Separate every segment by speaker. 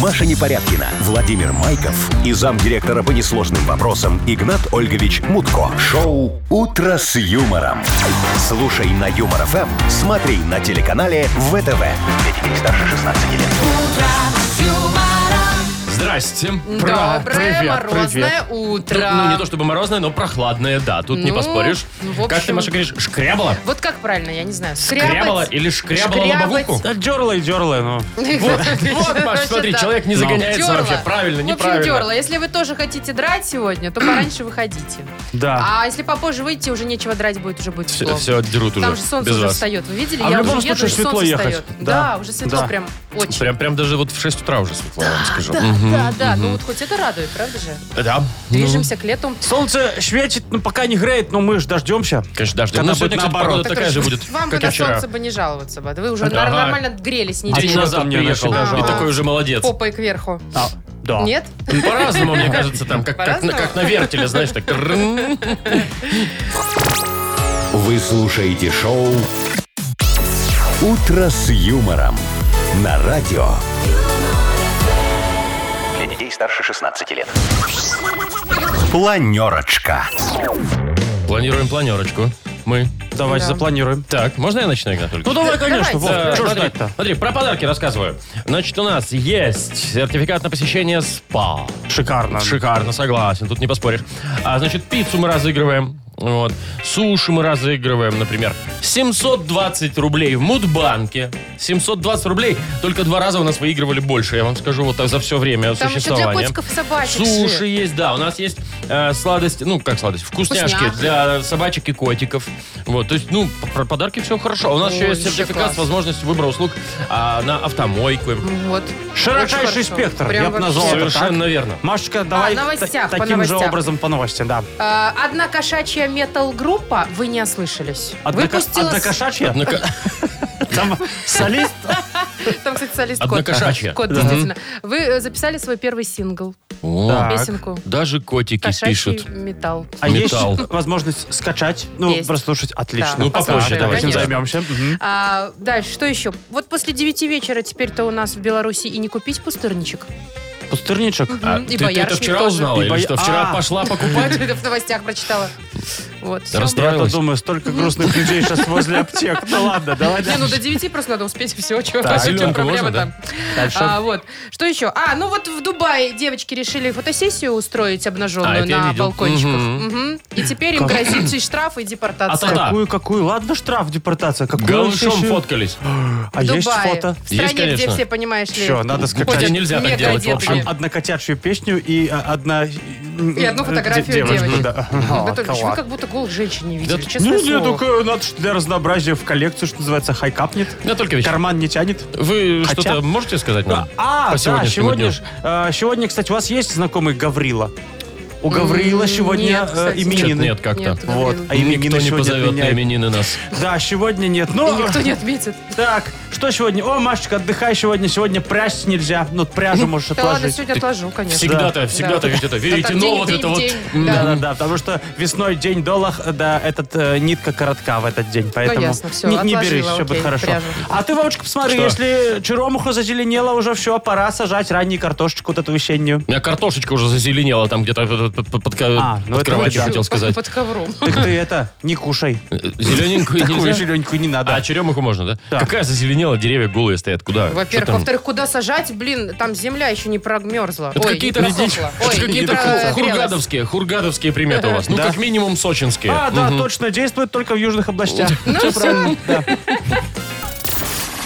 Speaker 1: Маша Непорядкина, Владимир Майков и замдиректора по несложным вопросам Игнат Ольгович Мутко. Шоу «Утро с юмором». Слушай на Юмор ФМ, смотри на телеканале ВТВ. Для детей старше 16 лет.
Speaker 2: Здрасте.
Speaker 3: Доброе
Speaker 4: привет,
Speaker 3: морозное утро.
Speaker 2: Ну, не то чтобы морозное, но прохладное, да. Тут не
Speaker 3: Ну,
Speaker 2: поспоришь.
Speaker 3: в
Speaker 2: Как ты,
Speaker 3: общем-
Speaker 2: Маша, говоришь, шкрябала?
Speaker 3: Вот как правильно, я не знаю.
Speaker 2: Шкрябала или шкрябала лобовуху?
Speaker 4: Да дерла и ну. дерла, но...
Speaker 2: Вот, вот, Маш,
Speaker 3: Короче,
Speaker 2: смотри,
Speaker 3: да.
Speaker 2: человек не загоняется
Speaker 3: Дёрла.
Speaker 2: вообще. Правильно,
Speaker 3: В общем, дерла.
Speaker 2: неправильно.
Speaker 3: Если вы тоже хотите драть сегодня, то пораньше выходите.
Speaker 4: Да.
Speaker 3: А если попозже выйдете, уже нечего драть будет, уже будет
Speaker 2: Все,
Speaker 3: тепло.
Speaker 2: все дерут уже.
Speaker 3: Там же солнце
Speaker 2: без
Speaker 3: уже
Speaker 2: вас.
Speaker 3: встает. Вы видели?
Speaker 4: А в
Speaker 3: я
Speaker 4: любом
Speaker 3: уже еду,
Speaker 4: случае
Speaker 3: и солнце
Speaker 4: светло ехать.
Speaker 3: встает.
Speaker 4: Да.
Speaker 3: Да, уже светло
Speaker 4: Да.
Speaker 3: прям очень.
Speaker 2: Прям, прям даже вот в 6 утра уже светло, я вам скажу.
Speaker 3: Да,
Speaker 2: Мгм. Ну.
Speaker 3: да, да. Ну вот хоть это радует, правда же?
Speaker 2: Да.
Speaker 3: Движемся к лету.
Speaker 4: Солнце светит, ну пока не греет, но мы ж дождемся.
Speaker 2: Конечно, даже.
Speaker 4: Когда
Speaker 2: Ну,
Speaker 4: будет
Speaker 2: сегодня, кстати,
Speaker 4: наоборот.
Speaker 2: погода такая же будет,
Speaker 3: Вам бы
Speaker 2: как
Speaker 3: на
Speaker 2: и вчера.
Speaker 3: солнце бы не жаловаться, бы. Да Вы уже
Speaker 2: Ага. А
Speaker 3: нар- нормально грелись
Speaker 2: День
Speaker 3: неделю.
Speaker 2: назад
Speaker 4: мне
Speaker 2: приехал.
Speaker 4: начала
Speaker 2: И
Speaker 3: жаловаться.
Speaker 2: такой уже молодец.
Speaker 3: Попой кверху.
Speaker 4: А, да.
Speaker 3: Нет?
Speaker 2: Ну, По-разному, мне кажется, там, как, как, на,
Speaker 3: По-разному?
Speaker 2: как на вертеле, знаешь, так. трррррм.
Speaker 1: Вы слушаете шоу «Утро с юмором» на радио. Для детей старше 16 лет. Планерочка.
Speaker 2: Планируем планерочку. Мы.
Speaker 4: Давайте
Speaker 3: Да.
Speaker 4: запланируем.
Speaker 2: Так, можно я начну, Игнат Ольгович?
Speaker 4: Ну давай, конечно,
Speaker 3: давайте.
Speaker 4: Вов,
Speaker 2: Да,
Speaker 4: чё ж
Speaker 2: смотри,
Speaker 4: ждать-то?
Speaker 2: смотри, про подарки рассказываю. Значит, у нас есть сертификат на посещение СПА.
Speaker 4: Шикарно.
Speaker 2: Шикарно, согласен, тут не поспоришь. А, значит, пиццу мы разыгрываем. Вот. Суши мы разыгрываем, например. 720 рублей в Мудбанке. 720 рублей. Только два раза у нас выигрывали больше, я вам скажу, вот так за все время
Speaker 3: Там еще для
Speaker 2: существования.
Speaker 3: котиков и собачек.
Speaker 2: Суши
Speaker 3: же.
Speaker 2: есть, да. У нас есть э, сладости, ну, как сладости, вкусняшки
Speaker 3: Вкусняшки.
Speaker 2: для собачек и котиков. Вот, то есть, ну, про подарки все хорошо. У нас
Speaker 3: Ой,
Speaker 2: еще есть
Speaker 3: вообще
Speaker 2: сертификат
Speaker 3: класс.
Speaker 2: с возможностью выбора услуг а, на автомойку. Ну,
Speaker 3: Вот. Очень
Speaker 4: Широчайший
Speaker 3: хорошо.
Speaker 4: спектр,
Speaker 3: Прям
Speaker 4: я бы
Speaker 3: вообще.
Speaker 4: назвал это так.
Speaker 2: Совершенно верно.
Speaker 4: Машечка, давай та-
Speaker 3: А, новостях, по
Speaker 4: таким же
Speaker 3: новостях.
Speaker 4: образом по новостям, да.
Speaker 3: А, Одна кошачья метал-группа, вы не ослышались.
Speaker 4: Одна, ко-
Speaker 3: Выпустила...
Speaker 4: одна
Speaker 3: с-
Speaker 4: кошачья?
Speaker 2: Однако-
Speaker 4: а Там солист?
Speaker 3: Там, кстати, солист
Speaker 2: Одна
Speaker 3: кот.
Speaker 2: кошачья.
Speaker 3: Кот, действительно. Вы э, записали свой первый сингл,
Speaker 2: О,
Speaker 4: Да. Так.
Speaker 3: песенку.
Speaker 2: Даже котики
Speaker 3: Кошачий
Speaker 2: пишут.
Speaker 3: металл.
Speaker 4: А
Speaker 2: Металл.
Speaker 4: есть возможность скачать? Ну,
Speaker 3: Есть.
Speaker 4: прослушать? Отлично.
Speaker 3: Да,
Speaker 2: Ну, попозже
Speaker 4: Так,
Speaker 2: давайте,
Speaker 4: этим
Speaker 2: конечно.
Speaker 4: займемся. Мгм.
Speaker 3: А, дальше, что еще? Вот после 9 вечера теперь-то у нас в Беларуси и не купить пустырничек.
Speaker 4: Пустырничек.
Speaker 3: Мгм.
Speaker 2: А
Speaker 3: и
Speaker 2: ты, ты это
Speaker 3: боярышник
Speaker 2: вчера
Speaker 3: тоже.
Speaker 2: узнала
Speaker 4: И
Speaker 2: или
Speaker 4: боя-
Speaker 2: что? Вчера
Speaker 4: А.
Speaker 2: пошла покупать?
Speaker 3: Вот, это в новостях прочитала. Вот, всё.
Speaker 2: Расстроилась?
Speaker 4: Я-то думаю, столько грустных людей сейчас возле аптек. Ну ладно, давай
Speaker 3: Не, ну до
Speaker 4: дальше.
Speaker 3: 9 просто надо успеть все, чего
Speaker 2: Так,
Speaker 3: в чем
Speaker 2: Аленка,
Speaker 3: проблема
Speaker 2: можно, да?
Speaker 3: там.
Speaker 4: Дальше.
Speaker 3: А, вот. Что еще? А, ну вот в Дубае девочки решили фотосессию устроить
Speaker 2: А,
Speaker 3: обнаженную
Speaker 2: это я
Speaker 3: на
Speaker 2: видел.
Speaker 3: балкончиках.
Speaker 2: Мгм.
Speaker 3: Мгм. И теперь им грозит и штраф, и
Speaker 2: А
Speaker 3: депортация.
Speaker 2: тогда-
Speaker 4: Какую, какую? Ладно, штраф, депортация. Какую
Speaker 2: Голышом
Speaker 4: еще-
Speaker 2: фоткались.
Speaker 4: А
Speaker 3: В
Speaker 4: есть
Speaker 3: Дубае.
Speaker 4: фото?
Speaker 3: В стране, где
Speaker 2: конечно.
Speaker 3: все, понимаешь ли,
Speaker 4: Все, надо
Speaker 2: Хотя
Speaker 4: скачать.
Speaker 2: нельзя так
Speaker 3: мега
Speaker 2: делать, в общем.
Speaker 3: одетые.
Speaker 4: Одна котячью песню и а, одна... И
Speaker 3: одну фотографию девочки.
Speaker 4: да. А,
Speaker 3: Анатольевич, вы
Speaker 4: класс.
Speaker 3: как будто голых женщин не
Speaker 2: Да
Speaker 3: видели,
Speaker 4: Ну,
Speaker 3: честное
Speaker 4: не,
Speaker 3: слово.
Speaker 4: только надо ж для разнообразия в коллекцию, что называется, хай капнет.
Speaker 2: Анатольевич,
Speaker 4: Карман не тянет.
Speaker 2: вы
Speaker 4: Хотя-
Speaker 2: что-то можете сказать нам?
Speaker 4: А,
Speaker 2: по
Speaker 4: да,
Speaker 2: сегодняшнему
Speaker 4: сегодня,
Speaker 2: дню?
Speaker 4: ж, э, сегодня, кстати, у вас есть знакомый Гаврила? У Гаврила сегодня
Speaker 3: нет,
Speaker 4: э,
Speaker 3: кстати.
Speaker 2: Чё-то
Speaker 4: именины.
Speaker 2: Нет, как-то.
Speaker 3: Нет,
Speaker 4: Вот,
Speaker 3: Гаврила.
Speaker 4: а именины
Speaker 2: Никто не
Speaker 4: сегодня
Speaker 2: позовет на
Speaker 4: отменяют.
Speaker 2: именины нас.
Speaker 4: Да, сегодня нет. Но...
Speaker 3: И никто не отметит.
Speaker 4: Так, что сегодня? О, Машечка, отдыхай сегодня. Сегодня прясть нельзя. Ну, пряжу можешь
Speaker 3: Да ладно,
Speaker 4: отложить.
Speaker 3: сегодня отложу, конечно.
Speaker 2: Всегда-то, всегда-то
Speaker 3: Да.
Speaker 2: ведь это
Speaker 3: Да, как
Speaker 2: веретено
Speaker 3: день,
Speaker 2: вот
Speaker 3: день,
Speaker 2: это вот.
Speaker 3: день.
Speaker 2: М,
Speaker 3: Да.
Speaker 4: Да-да-да, потому что весной день долах, да, этот э, нитка коротка в этот день, поэтому
Speaker 3: Ну, ясно, всё,
Speaker 4: не, не
Speaker 3: отложила,
Speaker 4: берись, все будет
Speaker 3: окей,
Speaker 4: хорошо.
Speaker 3: пряжу.
Speaker 4: А ты, Вовочка, посмотри,
Speaker 2: Что?
Speaker 4: если черемуха зазеленела, уже все, пора сажать раннюю картошечку вот эту весеннюю.
Speaker 2: У меня картошечка уже зазеленела там где-то под, под- под- под ко-
Speaker 4: А, ну
Speaker 2: под
Speaker 4: это
Speaker 2: кроватью,
Speaker 4: да.
Speaker 2: хотел сказать.
Speaker 3: Под ковром.
Speaker 4: Так ты это, не кушай.
Speaker 2: Зелененькую
Speaker 4: Такую
Speaker 2: нельзя?
Speaker 4: зелененькую не
Speaker 2: А
Speaker 4: надо.
Speaker 2: черемуху можно, да?
Speaker 4: Да.
Speaker 2: Какая зазеленела, деревья голые стоят. Куда? Что
Speaker 3: Во-первых.
Speaker 2: там?
Speaker 3: Во-вторых, куда сажать? Блин, там земля еще не промерзла.
Speaker 2: Это
Speaker 3: Ой,
Speaker 2: какие-то,
Speaker 3: не просохла.
Speaker 2: это
Speaker 3: Ой,
Speaker 2: какие-то
Speaker 3: не
Speaker 2: ху-
Speaker 3: прогрелась.
Speaker 2: хургадовские, хургадовские приметы у вас. Ну,
Speaker 4: Да.
Speaker 2: как минимум, сочинские.
Speaker 4: А, да, точно, действует только в южных областях.
Speaker 3: Ну все.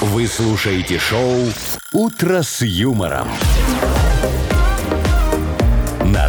Speaker 1: Вы слушаете шоу «Утро с юмором». На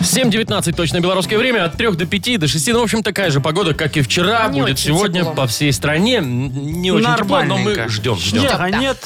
Speaker 2: 7.19 точно белорусское время, от 3 до 5, до 6. Ну, в общем, такая же погода, как и вчера.
Speaker 3: Не
Speaker 2: будет
Speaker 3: очень
Speaker 2: сегодня
Speaker 3: тепло.
Speaker 2: по всей стране. М, Не очень тепло, но мы
Speaker 4: Нормальненько.
Speaker 2: ждем, ждем.
Speaker 4: Снега нет.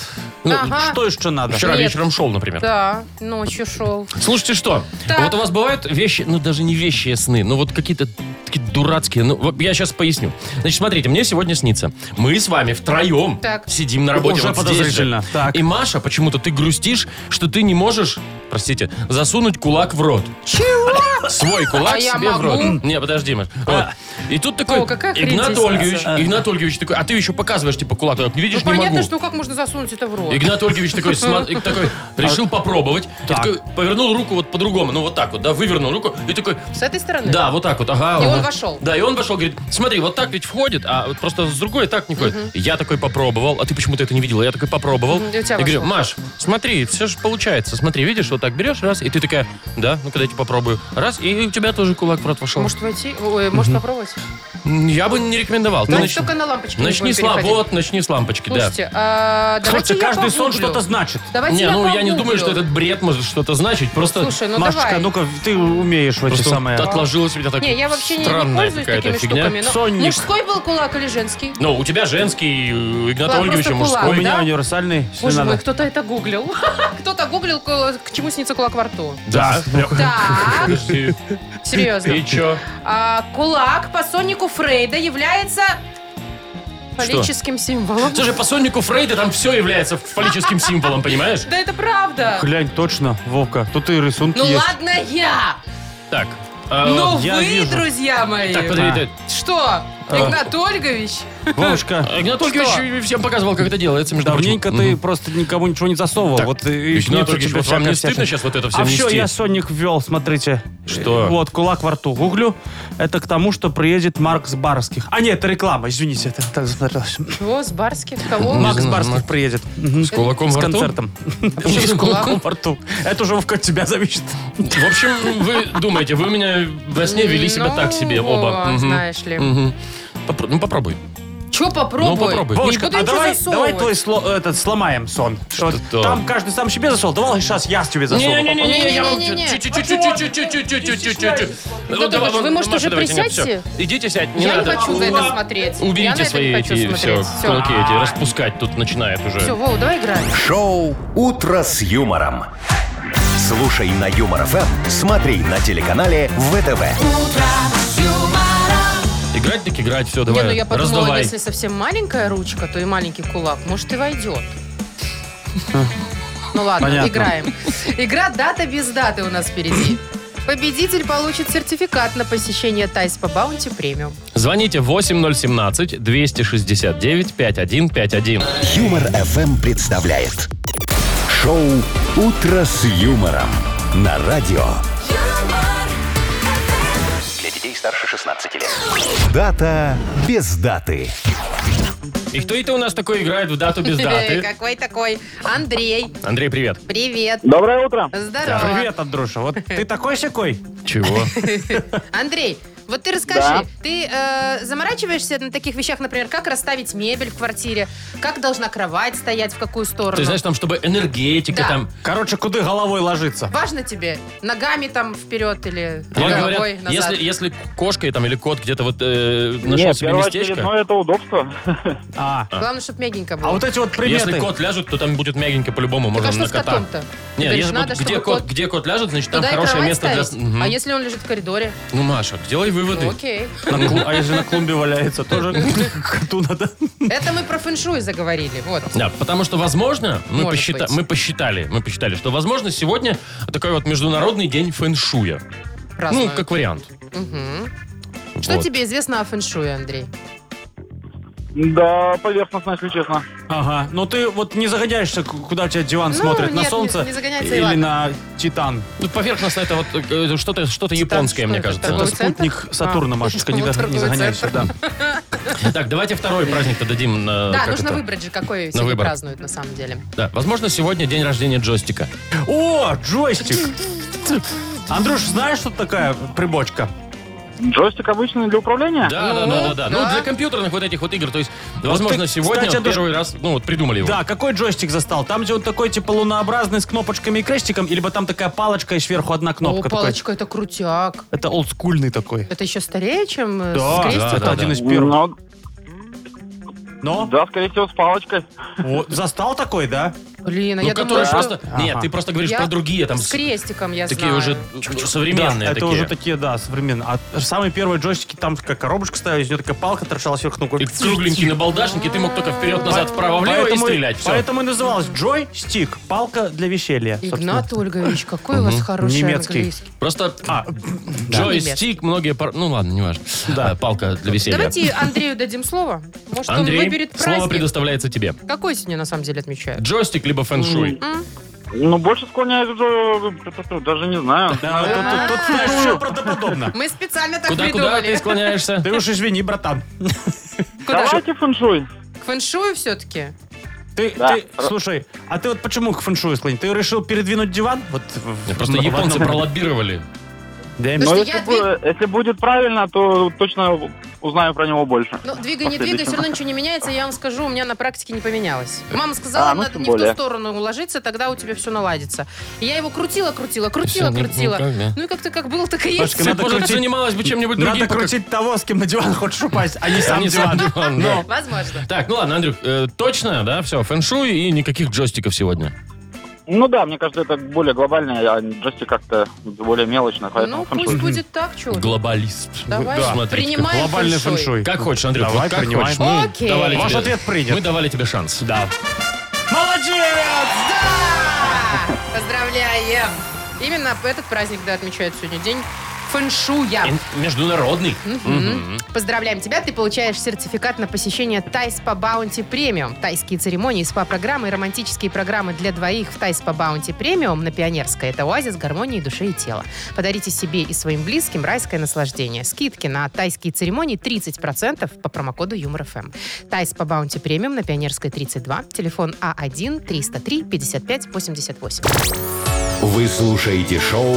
Speaker 4: Ну,
Speaker 3: Ага.
Speaker 4: Что еще надо?
Speaker 2: Вчера
Speaker 3: Нет.
Speaker 2: вечером шел, например.
Speaker 3: Да, ночью шел. Ну,
Speaker 2: Слушайте, что?
Speaker 3: Так.
Speaker 2: Вот у вас бывают вещи, ну даже не вещи, а сны, ну вот какие-то такие дурацкие. Ну, вот я сейчас поясню. Значит, смотрите, мне сегодня снится. Мы с вами втроем
Speaker 3: Так.
Speaker 2: сидим на работе.
Speaker 4: Уже
Speaker 2: вот здесь
Speaker 4: подозрительно.
Speaker 2: же.
Speaker 4: Так.
Speaker 2: И Маша, почему-то ты грустишь, что ты не можешь, простите, засунуть кулак в рот.
Speaker 3: Чего?
Speaker 2: свой кулак
Speaker 3: А я
Speaker 2: себе в
Speaker 3: могу? А.
Speaker 2: рот. Не, подожди, Маш. Вот. И тут такой
Speaker 3: О, какая хрень
Speaker 2: Игнат
Speaker 3: здесь
Speaker 2: Ольгович,
Speaker 3: нравится.
Speaker 2: Игнат Ольгович такой, а ты еще показываешь, типа, кулак. Я говорю,
Speaker 3: Ну,
Speaker 2: Видишь, не
Speaker 3: понятно,
Speaker 2: могу.
Speaker 3: что ну как можно засунуть это в рот?
Speaker 2: Игнат Ольгович такой, сма- и такой решил попробовать. И
Speaker 4: Так.
Speaker 2: такой повернул руку вот по-другому, ну вот так вот, да, вывернул руку. И такой,
Speaker 3: С этой стороны?
Speaker 2: да, вот так вот, ага.
Speaker 3: И он
Speaker 2: ага.
Speaker 3: вошел.
Speaker 2: Да, и он вошел, говорит, смотри, вот так ведь входит, а вот просто с другой так не входит. Я такой попробовал, а ты почему-то это не видела, я такой попробовал.
Speaker 3: Мгм, и у
Speaker 2: Я
Speaker 3: тебя
Speaker 2: говорю,
Speaker 3: вошло.
Speaker 2: Маш, смотри, все же получается, смотри, видишь, вот так берешь, раз, и ты такая, да, ну-ка дайте попробую. Раз, и у тебя тоже кулак в рот вошел.
Speaker 3: Может войти? Ой, может попробовать?
Speaker 2: М, Я бы не рекомендовал. Ты
Speaker 3: Значит,
Speaker 2: нач-
Speaker 3: только на лампочке не
Speaker 2: Ну, Начни
Speaker 3: будем
Speaker 2: с ламп,
Speaker 3: переходить.
Speaker 2: вот, начни с лампочки, да.
Speaker 3: Слушайте, а, давайте
Speaker 4: Слушайте,
Speaker 3: я
Speaker 4: каждый сон
Speaker 3: погуглю.
Speaker 4: что-то значит.
Speaker 3: Давайте
Speaker 2: Не,
Speaker 3: я
Speaker 2: ну я не думаю,
Speaker 3: погуглю.
Speaker 2: что этот бред может что-то значить, просто...
Speaker 3: Слушай, ну
Speaker 4: Машечка,
Speaker 3: давай.
Speaker 4: ну-ка, ты умеешь в эти
Speaker 2: Просто
Speaker 4: самые...
Speaker 2: вот отложилось у меня так
Speaker 3: Не, я вообще не, не
Speaker 2: странная
Speaker 3: пользуюсь
Speaker 2: какая-то
Speaker 3: такими
Speaker 2: фигня.
Speaker 3: штуками. но
Speaker 4: Сонник.
Speaker 3: Мужской был кулак или женский?
Speaker 2: Ну, у тебя женский, э, у Игната
Speaker 3: Ладно,
Speaker 2: Ольговича
Speaker 3: просто
Speaker 2: мужской.
Speaker 4: А У
Speaker 3: кулак,
Speaker 4: меня
Speaker 3: да? ну,
Speaker 4: универсальный, если
Speaker 3: Боже
Speaker 4: надо.
Speaker 3: мой, кто-то это гуглил. Кто-то гуглил, к к чему снится кулак во рту.
Speaker 2: Да.
Speaker 3: Так,
Speaker 2: Подожди.
Speaker 3: серьезно.
Speaker 2: И чё?
Speaker 3: А, кулак по соннику Фрейда является фаллическим символом.
Speaker 2: Слушай, по соннику Фрейда там все является фаллическим символом, понимаешь?
Speaker 3: Да это правда.
Speaker 4: Глянь, точно, Вовка, тут и рисунки
Speaker 3: Ну
Speaker 4: есть.
Speaker 3: ладно я,
Speaker 2: Так. а,
Speaker 3: но
Speaker 4: я
Speaker 3: вы,
Speaker 4: вижу.
Speaker 3: друзья мои.
Speaker 2: Так,
Speaker 4: А.
Speaker 2: подожди. А.
Speaker 3: Что, Игнат Ольгович?
Speaker 4: Вовочка,
Speaker 2: ты- Игнат Ольгович всем показывал, как это делается, между прочим.
Speaker 4: давненько ты просто никому ничего не засовывал.
Speaker 2: Так,
Speaker 4: Вот и
Speaker 2: Игнат
Speaker 4: нет у
Speaker 2: Ольгович,
Speaker 4: тебя
Speaker 2: вот вам не
Speaker 4: всякой всячины.
Speaker 2: стыдно сейчас вот это всё
Speaker 4: А все,
Speaker 2: нести?
Speaker 4: я сонник ввел, смотрите.
Speaker 2: Что?
Speaker 4: Э, Вот, кулак во рту гуглю. Это к тому, что приедет Маркс Барских. А нет, это реклама, извините, это так засмотрелось.
Speaker 3: Чего, с Барских? Кого?
Speaker 2: Мак-
Speaker 4: Макс
Speaker 2: знаю,
Speaker 4: Барских
Speaker 2: Марк.
Speaker 4: приедет. Мгм.
Speaker 2: С кулаком
Speaker 4: С
Speaker 2: во рту?
Speaker 4: концертом.
Speaker 2: Вообще с кулаком.
Speaker 4: во рту. Это уже Вовка от тебя зависит.
Speaker 2: В общем, вы думаете, вы меня во сне вели себя
Speaker 3: Ну,
Speaker 2: так себе оба.
Speaker 3: вот,
Speaker 2: Мгм.
Speaker 3: знаешь ли.
Speaker 2: Мгм. Попро- Ну, попробуй.
Speaker 3: Че попробуй?
Speaker 2: Ну, попробуй.
Speaker 3: Не
Speaker 4: Вовочка,
Speaker 3: буду
Speaker 4: а
Speaker 3: ничего
Speaker 4: давай, давай
Speaker 3: засовывать.
Speaker 4: твой сло- этот, сломаем сон. Вот
Speaker 2: то?
Speaker 4: Там каждый сам себе засол. Давай сейчас я тебе засову.
Speaker 2: Не-не-не, я вам
Speaker 3: Не-не-не-не.
Speaker 2: чуть-чуть-чуть-чуть-чуть-чуть-чуть-чуть-чуть.
Speaker 3: Ну, давай, вы, может, уже присядьте?
Speaker 2: Идите сядь, не
Speaker 3: Я не
Speaker 2: надо.
Speaker 3: хочу на это смотреть. Я на
Speaker 2: Уберите
Speaker 3: это
Speaker 2: свои
Speaker 3: не хочу
Speaker 2: эти все
Speaker 3: смотреть.
Speaker 2: кулаки эти, распускать тут начинает
Speaker 3: Все,
Speaker 2: уже.
Speaker 3: Вова, давай играть.
Speaker 1: Шоу «Утро с юмором». Слушай на Юмор ФМ, смотри на телеканале ВТВ.
Speaker 2: Играть так играть, все,
Speaker 3: Не, ну
Speaker 2: давай,
Speaker 3: я подумала,
Speaker 2: раздавай.
Speaker 3: если совсем маленькая ручка, то и маленький кулак, может, и войдет. Ну ладно,
Speaker 4: Понятно.
Speaker 3: играем. Игра «Дата без даты» у нас впереди. Победитель получит сертификат на посещение Тайс по Баунти премиум.
Speaker 2: Звоните 8017-269-5151.
Speaker 1: Юмор ФМ представляет. Шоу «Утро с юмором» на радио.
Speaker 5: Для детей старше 16 лет.
Speaker 1: Дата без даты.
Speaker 2: И кто это у нас такой играет в дату без даты?
Speaker 3: Э, Какой такой? Андрей,
Speaker 2: Андрей, привет.
Speaker 3: привет.
Speaker 6: Доброе утро.
Speaker 3: Здорово.
Speaker 4: Привет, Андрюша. Вот ты такой секой.
Speaker 2: Чего?
Speaker 3: Андрей, вот ты расскажи,
Speaker 6: Да.
Speaker 3: ты э, заморачиваешься на таких вещах, например, как расставить мебель в квартире, как должна кровать стоять, в какую сторону?
Speaker 2: Ты знаешь, там, чтобы энергетика
Speaker 3: Да.
Speaker 2: там...
Speaker 4: Короче, куда головой ложиться?
Speaker 3: Важно тебе ногами там вперед или
Speaker 2: Вот
Speaker 3: головой
Speaker 2: говорят,
Speaker 3: назад?
Speaker 2: если, если кошка там, или кот где-то вот э, нашел
Speaker 6: Нет,
Speaker 2: себе местечко,
Speaker 6: первоочередное это удобство.
Speaker 4: А.
Speaker 3: Главное, чтобы мягенько было.
Speaker 4: А вот эти вот приметы.
Speaker 2: если кот ляжет, то там будет мягенько по-любому,
Speaker 3: Так
Speaker 2: можно
Speaker 3: а что
Speaker 2: на
Speaker 3: с
Speaker 2: кота.
Speaker 3: котом-то? Ты
Speaker 2: Нет,
Speaker 3: говоришь,
Speaker 2: если вот
Speaker 3: надо,
Speaker 2: где,
Speaker 3: чтобы
Speaker 2: кот, где кот ляжет, значит там
Speaker 3: Туда и
Speaker 2: хорошее
Speaker 3: кровать
Speaker 2: место
Speaker 3: ставить?
Speaker 2: для... Мгм.
Speaker 3: А если он лежит в коридоре?
Speaker 2: Ну, Маша, делай выводы.
Speaker 3: Ну, окей.
Speaker 4: На клу- А если на клумбе валяется, тоже коту надо.
Speaker 3: Это мы про фэншуй заговорили. Вот.
Speaker 2: Да, потому что, возможно, мы,
Speaker 3: Может
Speaker 2: посчита-
Speaker 3: быть.
Speaker 2: мы посчитали, мы посчитали, что, возможно, сегодня такой вот международный день фэншуя.
Speaker 3: Празднуем.
Speaker 2: Ну, как вариант.
Speaker 3: Мгм. Что
Speaker 2: Вот. Э,
Speaker 3: тебе известно о фэншуе, Андрей?
Speaker 6: Да, поверхностно, если честно.
Speaker 4: Ага. Ну ты вот не загоняешься, к- куда у тебя диван
Speaker 3: Ну,
Speaker 4: смотрит? На
Speaker 3: нет,
Speaker 4: солнце
Speaker 3: не- не загоняется, и
Speaker 4: или
Speaker 3: ладно.
Speaker 4: на Титан?
Speaker 2: Ну, поверхностно это вот э, что-то что японское,
Speaker 3: что
Speaker 2: мне
Speaker 3: это
Speaker 2: кажется.
Speaker 3: такое?
Speaker 4: Это
Speaker 3: центр?
Speaker 4: спутник Сатурна,
Speaker 3: А.
Speaker 4: Машечка, не
Speaker 3: Вот
Speaker 4: за- не
Speaker 3: торговый
Speaker 4: загоняйся.
Speaker 3: центр.
Speaker 4: Да.
Speaker 2: Так, давайте второй праздник-то дадим. э,
Speaker 3: да,
Speaker 2: как
Speaker 3: нужно
Speaker 2: это? Ну,
Speaker 3: выбрать же, какой сегодня
Speaker 2: выбор.
Speaker 3: празднуют на самом деле.
Speaker 2: Да, возможно, сегодня день рождения джойстика.
Speaker 4: О, джойстик. Андрюш, знаешь, что такая прибочка?
Speaker 6: Джойстик обычный для управления?
Speaker 2: Да, да,
Speaker 3: Ну,
Speaker 2: да, да, да. Ну,
Speaker 3: да.
Speaker 2: для компьютерных вот этих вот игр. То есть, возможно,
Speaker 4: ты,
Speaker 2: сегодня
Speaker 4: кстати, Андрюш-
Speaker 2: первый раз, ну, вот придумали его.
Speaker 4: Да, какой джойстик застал? Там, где он такой, типа, лунообразный с кнопочками и крестиком, или там такая палочка и сверху одна кнопка?
Speaker 3: О,
Speaker 4: такой?
Speaker 3: палочка, это крутяк.
Speaker 4: Это олдскульный такой.
Speaker 3: Это еще старее, чем э,
Speaker 4: Да,
Speaker 3: с крестиком?
Speaker 4: это
Speaker 2: А, да,
Speaker 4: один
Speaker 2: да.
Speaker 4: из первых.
Speaker 6: Ну,
Speaker 4: Но
Speaker 6: да, скорее всего, с палочкой.
Speaker 4: вот, застал такой, да?
Speaker 3: Блин, а
Speaker 2: Ну,
Speaker 3: я думала,
Speaker 2: которые
Speaker 3: что
Speaker 2: просто... Нет,
Speaker 4: Ага.
Speaker 2: ты просто говоришь
Speaker 3: Я
Speaker 2: про другие, там,
Speaker 3: с крестиком я
Speaker 2: такие
Speaker 3: знаю.
Speaker 2: уже э, современные
Speaker 4: Да, это
Speaker 2: такие.
Speaker 4: уже такие, да, современные. А самые первые джойстики, там такая коробочка стояла, из нее такая палка торчала сверху. ну,
Speaker 2: И
Speaker 4: как-
Speaker 2: кругленькие набалдашники, ты мог только вперед-назад, вправо-влево и
Speaker 4: Поэтому-
Speaker 2: стрелять. Всё.
Speaker 4: Поэтому и называлась джойстик, палка для веселья. собственно.
Speaker 3: Игнат Ольгович, какой у вас хороший
Speaker 4: Немецкий.
Speaker 3: английский.
Speaker 2: Просто
Speaker 4: А,
Speaker 2: джойстик, многие... пар- Ну ладно, неважно. Да. Палка для веселья.
Speaker 3: Давайте Андрею дадим слово. Может, он
Speaker 2: Андрей,
Speaker 3: выберет
Speaker 2: слово
Speaker 3: праздник.
Speaker 2: предоставляется тебе.
Speaker 3: Какой сегодня на самом деле отмечают?
Speaker 2: Джойстик либо фэншуй.
Speaker 6: Ну, больше склоняюсь э, уже... Даже не знаю.
Speaker 4: да, тут- тут- тут знаешь, всё правдоподобно.
Speaker 3: Мы специально так
Speaker 2: Куда-куда
Speaker 3: придумали.
Speaker 2: ты склоняешься?
Speaker 4: Ты уж извини, братан.
Speaker 3: Куда же?
Speaker 6: Давайте фэншуй.
Speaker 3: К фэншую все-таки?
Speaker 4: Ты,
Speaker 6: Да.
Speaker 4: ты- слушай, а ты вот почему к фэншую склонен? Ты решил передвинуть диван? Вот в- в-
Speaker 2: Просто
Speaker 4: в- в
Speaker 2: японцы
Speaker 4: одном-
Speaker 2: пролоббировали.
Speaker 4: Да,
Speaker 3: Ну,
Speaker 6: Но
Speaker 3: что,
Speaker 6: если,
Speaker 3: я
Speaker 6: бу- если будет правильно, то точно узнаю про него больше.
Speaker 3: Ну, двигай, не
Speaker 6: Последующий.
Speaker 3: двигай, все равно ничего не меняется. Я вам скажу, у меня на практике не поменялось. Мама сказала,
Speaker 6: А, ну,
Speaker 3: надо
Speaker 6: тем
Speaker 3: не в
Speaker 6: более.
Speaker 3: ту сторону уложиться, тогда у тебя все наладится. И я его крутила, крутила, крутила,
Speaker 2: Всё, ну,
Speaker 3: крутила.
Speaker 2: ну, как, да.
Speaker 3: Ну и как-то как было, так и есть.
Speaker 4: Пашка,
Speaker 2: Ты,
Speaker 4: надо
Speaker 2: может,
Speaker 4: крутить-
Speaker 2: занималась бы чем-нибудь другим.
Speaker 4: Надо
Speaker 2: пока-
Speaker 4: крутить того, с кем на диван хочешь упасть, а не
Speaker 2: а
Speaker 4: сам
Speaker 2: не сам
Speaker 4: диван.
Speaker 2: диван, да.
Speaker 3: Ну, Возможно.
Speaker 2: Так, ну ладно, Андрюх, э, точно, да, все, фэншуй и никаких джойстиков сегодня.
Speaker 6: Ну да, мне кажется, это более глобально, а джойстик как-то более мелочно, поэтому
Speaker 3: Ну, пусть
Speaker 6: фэншуй.
Speaker 3: будет так, что
Speaker 2: Глобалист.
Speaker 3: Давай,
Speaker 2: Да. Смотрите,
Speaker 3: принимаем
Speaker 4: Глобальный фэншуй.
Speaker 2: Как хочешь, Андрюх,
Speaker 4: Давай,
Speaker 2: вот как
Speaker 4: принимай.
Speaker 2: хочешь.
Speaker 4: Ну,
Speaker 3: Окей.
Speaker 2: давали
Speaker 4: Ваш
Speaker 2: тебе-
Speaker 4: ответ принят.
Speaker 2: Мы давали тебе шанс. Да.
Speaker 4: Молодец!
Speaker 3: Да! Поздравляем! Именно этот праздник, да, отмечают сегодня день фэншуя.
Speaker 2: Международный.
Speaker 3: Мгм. Поздравляем тебя, ты получаешь сертификат на посещение Тайс по Баунти Премиум. Тайские церемонии, СПА-программы и романтические программы для двоих в Тайс по Баунти Премиум на Пионерской. Это оазис гармонии души и тела. Подарите себе и своим близким райское наслаждение. Скидки на тайские церемонии 30% по промокоду Юмор эм. ФМ. Тайс по Баунти Премиум на Пионерской 32, телефон А А1 303 55 88.
Speaker 1: Вы слушаете шоу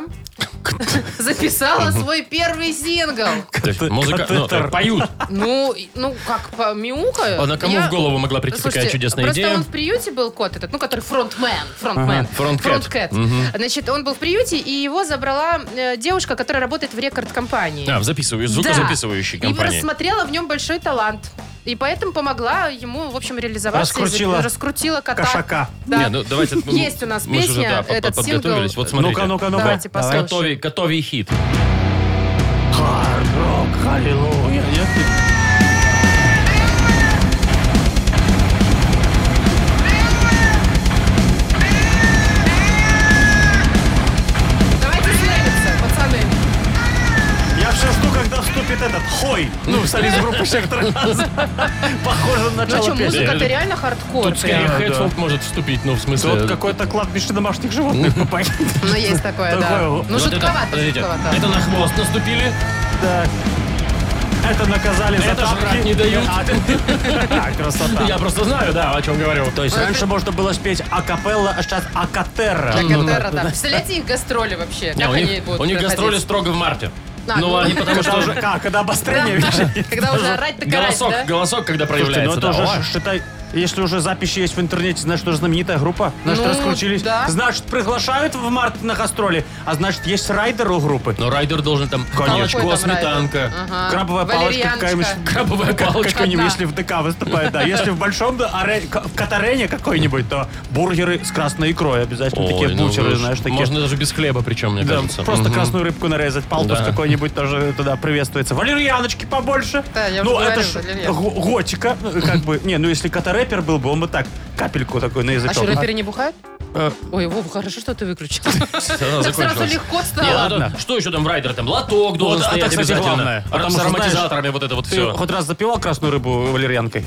Speaker 3: записала свой первый сингл.
Speaker 2: То есть Музыка... ну,
Speaker 4: катетер.
Speaker 2: поют.
Speaker 3: Ну, и- ну как по- мяукаю.
Speaker 2: Она А кому
Speaker 3: Я-
Speaker 2: в голову могла прийти такая
Speaker 3: Слушайте,
Speaker 2: чудесная
Speaker 3: просто
Speaker 2: идея?
Speaker 3: он в приюте был кот этот, ну, который фронтмен, фронтмен.
Speaker 2: фронткэт. Мгм.
Speaker 3: Значит, он был в приюте, и его забрала э, девушка, которая работает в рекорд-компании.
Speaker 2: Да, в А, записываю, звукозаписывающей
Speaker 3: Да. И
Speaker 2: компании.
Speaker 3: рассмотрела в нем большой талант. И поэтому помогла ему, в общем, реализоваться.
Speaker 4: Раскрутила
Speaker 3: И за- Раскрутила кота.
Speaker 4: Кошака.
Speaker 3: Да.
Speaker 2: Не, ну, давайте, ну,
Speaker 3: Есть у нас
Speaker 2: мы же уже,
Speaker 3: песня,
Speaker 2: да, под-
Speaker 3: этот
Speaker 2: под- подготовились.
Speaker 3: сингл. Типа
Speaker 2: Вот смотрите.
Speaker 4: Ну-ка, ну-ка, ну-ка.
Speaker 3: Давайте
Speaker 4: Давай.
Speaker 3: послушаем.
Speaker 2: Готови, готови хит.
Speaker 4: Аллилуйя. Нет, ты-
Speaker 3: Давайте славиться, пацаны. Ну
Speaker 4: Я все жду, когда вступит этот хой. Ну, солист группы «Сектор газа». Похоже на
Speaker 3: Ну что,
Speaker 4: начало песни.
Speaker 3: музыка-то реально хардкор.
Speaker 2: Тут скорее
Speaker 4: да.
Speaker 2: Хэтфилд может вступить, ну, в смысле...
Speaker 4: Тут какой-то кладбище домашних животных попадет.
Speaker 3: Ну, есть такое, да.
Speaker 4: Такое,
Speaker 3: Ну,
Speaker 2: Вот это-
Speaker 3: жутковато,
Speaker 2: подождите,
Speaker 3: жутковато.
Speaker 2: Это на хвост наступили.
Speaker 4: Да. Это наказали за
Speaker 2: Это
Speaker 4: тапки.
Speaker 2: жрать не дают.
Speaker 4: А, да,
Speaker 2: Я
Speaker 4: Красота.
Speaker 2: просто знаю, да, о чем говорю.
Speaker 4: То
Speaker 3: Ну,
Speaker 4: есть раньше можно было спеть акапелла, а сейчас акатерра.
Speaker 3: Так,
Speaker 2: Ну,
Speaker 3: Атера, да. Представляете их гастроли вообще?
Speaker 2: Не,
Speaker 3: Как
Speaker 2: у
Speaker 3: они
Speaker 2: них,
Speaker 3: будут
Speaker 2: у них
Speaker 3: проходить?
Speaker 2: гастроли строго в марте.
Speaker 3: А,
Speaker 2: ну,
Speaker 3: ну.
Speaker 2: они потому
Speaker 4: Когда
Speaker 2: что
Speaker 4: уже,
Speaker 2: уже
Speaker 4: как, когда обострение вечернее.
Speaker 3: Когда уже орать, так орать,
Speaker 2: голосок,
Speaker 3: да?
Speaker 2: голосок, когда
Speaker 4: Слушайте, ну
Speaker 2: проявляется.
Speaker 4: это
Speaker 2: да.
Speaker 4: уже,
Speaker 2: Ой.
Speaker 4: ш- считай, если уже записи есть в интернете, значит, уже знаменитая группа. Значит,
Speaker 3: Ну,
Speaker 4: раскрутились.
Speaker 3: да.
Speaker 4: Значит, приглашают в март на гастроли, а значит, есть райдер у группы.
Speaker 2: Но Ну, райдер должен там
Speaker 3: Какой там
Speaker 2: молочко,
Speaker 3: райдер?
Speaker 2: сметанка,
Speaker 3: Ага.
Speaker 4: Крабовая палочка
Speaker 3: Валерьяночка.
Speaker 4: какая-нибудь.
Speaker 2: крабовая палочка.
Speaker 4: Какой-нибудь,
Speaker 3: Одна.
Speaker 4: если в ДК выступает, да. Если в большом да, аре- к- в Катарене какой-нибудь, то бургеры с красной икрой обязательно.
Speaker 2: Ой,
Speaker 4: такие
Speaker 2: ну
Speaker 4: бутеры,
Speaker 2: вы ж-
Speaker 4: знаешь, такие.
Speaker 2: Можно даже без хлеба причем, мне
Speaker 4: Да,
Speaker 2: кажется.
Speaker 4: просто
Speaker 2: Мгм.
Speaker 4: красную рыбку нарезать, палтус
Speaker 2: Да.
Speaker 4: какой-нибудь тоже туда приветствуется. Валерьяночки побольше.
Speaker 3: Да, я
Speaker 4: ну,
Speaker 3: уже
Speaker 4: это
Speaker 3: говорила,
Speaker 4: ж
Speaker 3: валерьянка.
Speaker 4: го- готика, ну, как бы. Не, ну если катарэпер был бы, он бы так, капельку такой на
Speaker 3: А
Speaker 4: язычок.
Speaker 3: что, рэперы не бухают?
Speaker 4: Э.
Speaker 3: Ой, Вов, хорошо, что ты выключил.
Speaker 2: Сразу
Speaker 3: Так сразу
Speaker 2: А. закончилось.
Speaker 3: легко
Speaker 2: Не,
Speaker 3: стало.
Speaker 2: ну,
Speaker 4: Ладно.
Speaker 2: Что еще там в райдер? Там лоток должен
Speaker 4: Вот, а
Speaker 2: стоять
Speaker 4: это, кстати,
Speaker 2: обязательно.
Speaker 4: главное.
Speaker 2: Ар-
Speaker 4: Потому
Speaker 2: с
Speaker 4: что, знаешь,
Speaker 2: ароматизаторами вот это вот
Speaker 4: А Ты
Speaker 2: все.
Speaker 4: хоть раз запивал красную рыбу валерьянкой?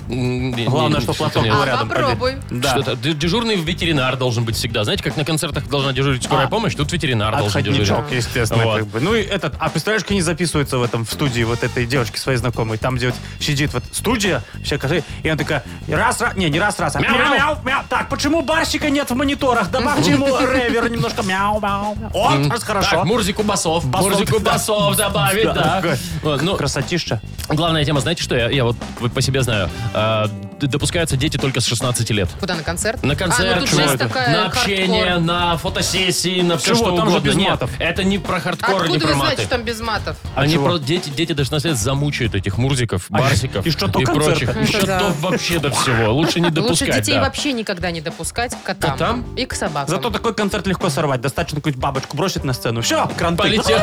Speaker 4: Главное, что платок был
Speaker 3: А
Speaker 4: рядом.
Speaker 3: попробуй.
Speaker 4: поверь. Да.
Speaker 2: Что-то. Д- Дежурный ветеринар должен быть всегда. Знаете, как на концертах должна дежурить скорая
Speaker 4: А.
Speaker 2: помощь, тут ветеринар должен дежурить.
Speaker 4: Отходничок, естественно,
Speaker 2: Вот.
Speaker 4: как бы. Ну и этот, а представляешь, как они записываются в этом, в студии вот этой девочки своей знакомой, там, где вот сидит вот студия, все коты, и она такая, раз, раз, не, не раз, раз, а мяу, мяу, мяу, Так, почему барщика нет в аккордах, добавьте ему ревер немножко мяу-мяу. Вот, раз
Speaker 2: Так,
Speaker 4: хорошо.
Speaker 2: Мурзику басов.
Speaker 4: Басов,
Speaker 2: Мурзику
Speaker 4: да.
Speaker 2: басов добавить, да. Вот, Ну,
Speaker 4: Красотища.
Speaker 2: главная тема, знаете, что я, я вот по себе знаю? Э, д- Допускаются дети только с 16 лет.
Speaker 3: Куда, на концерт?
Speaker 2: На концерт,
Speaker 3: А, ну тут
Speaker 4: чего
Speaker 3: жесть
Speaker 4: это?
Speaker 3: такая,
Speaker 2: на общение,
Speaker 3: хардкор.
Speaker 2: на фотосессии, на все
Speaker 4: Чего?
Speaker 2: что
Speaker 4: Там же
Speaker 2: угодно.
Speaker 4: без
Speaker 2: Нет,
Speaker 4: матов.
Speaker 2: это не про хардкор, и не
Speaker 3: Откуда
Speaker 2: про
Speaker 3: вы
Speaker 2: маты.
Speaker 3: знаете, что там без матов?
Speaker 2: Они
Speaker 4: чего?
Speaker 2: про дети, дети даже на свет замучают этих мурзиков,
Speaker 4: А,
Speaker 2: барсиков
Speaker 4: и что то концерты.
Speaker 2: прочих.
Speaker 3: Это
Speaker 2: И что
Speaker 3: да.
Speaker 2: то вообще до всего. Лучше не допускать.
Speaker 3: Лучше детей
Speaker 2: да.
Speaker 3: вообще никогда не допускать к котам.
Speaker 2: Котам?
Speaker 3: И к собакам.
Speaker 4: Зато такой концерт легко сорвать. Достаточно какую-нибудь бабочку бросить на сцену. Все, кранты.
Speaker 2: Полетело.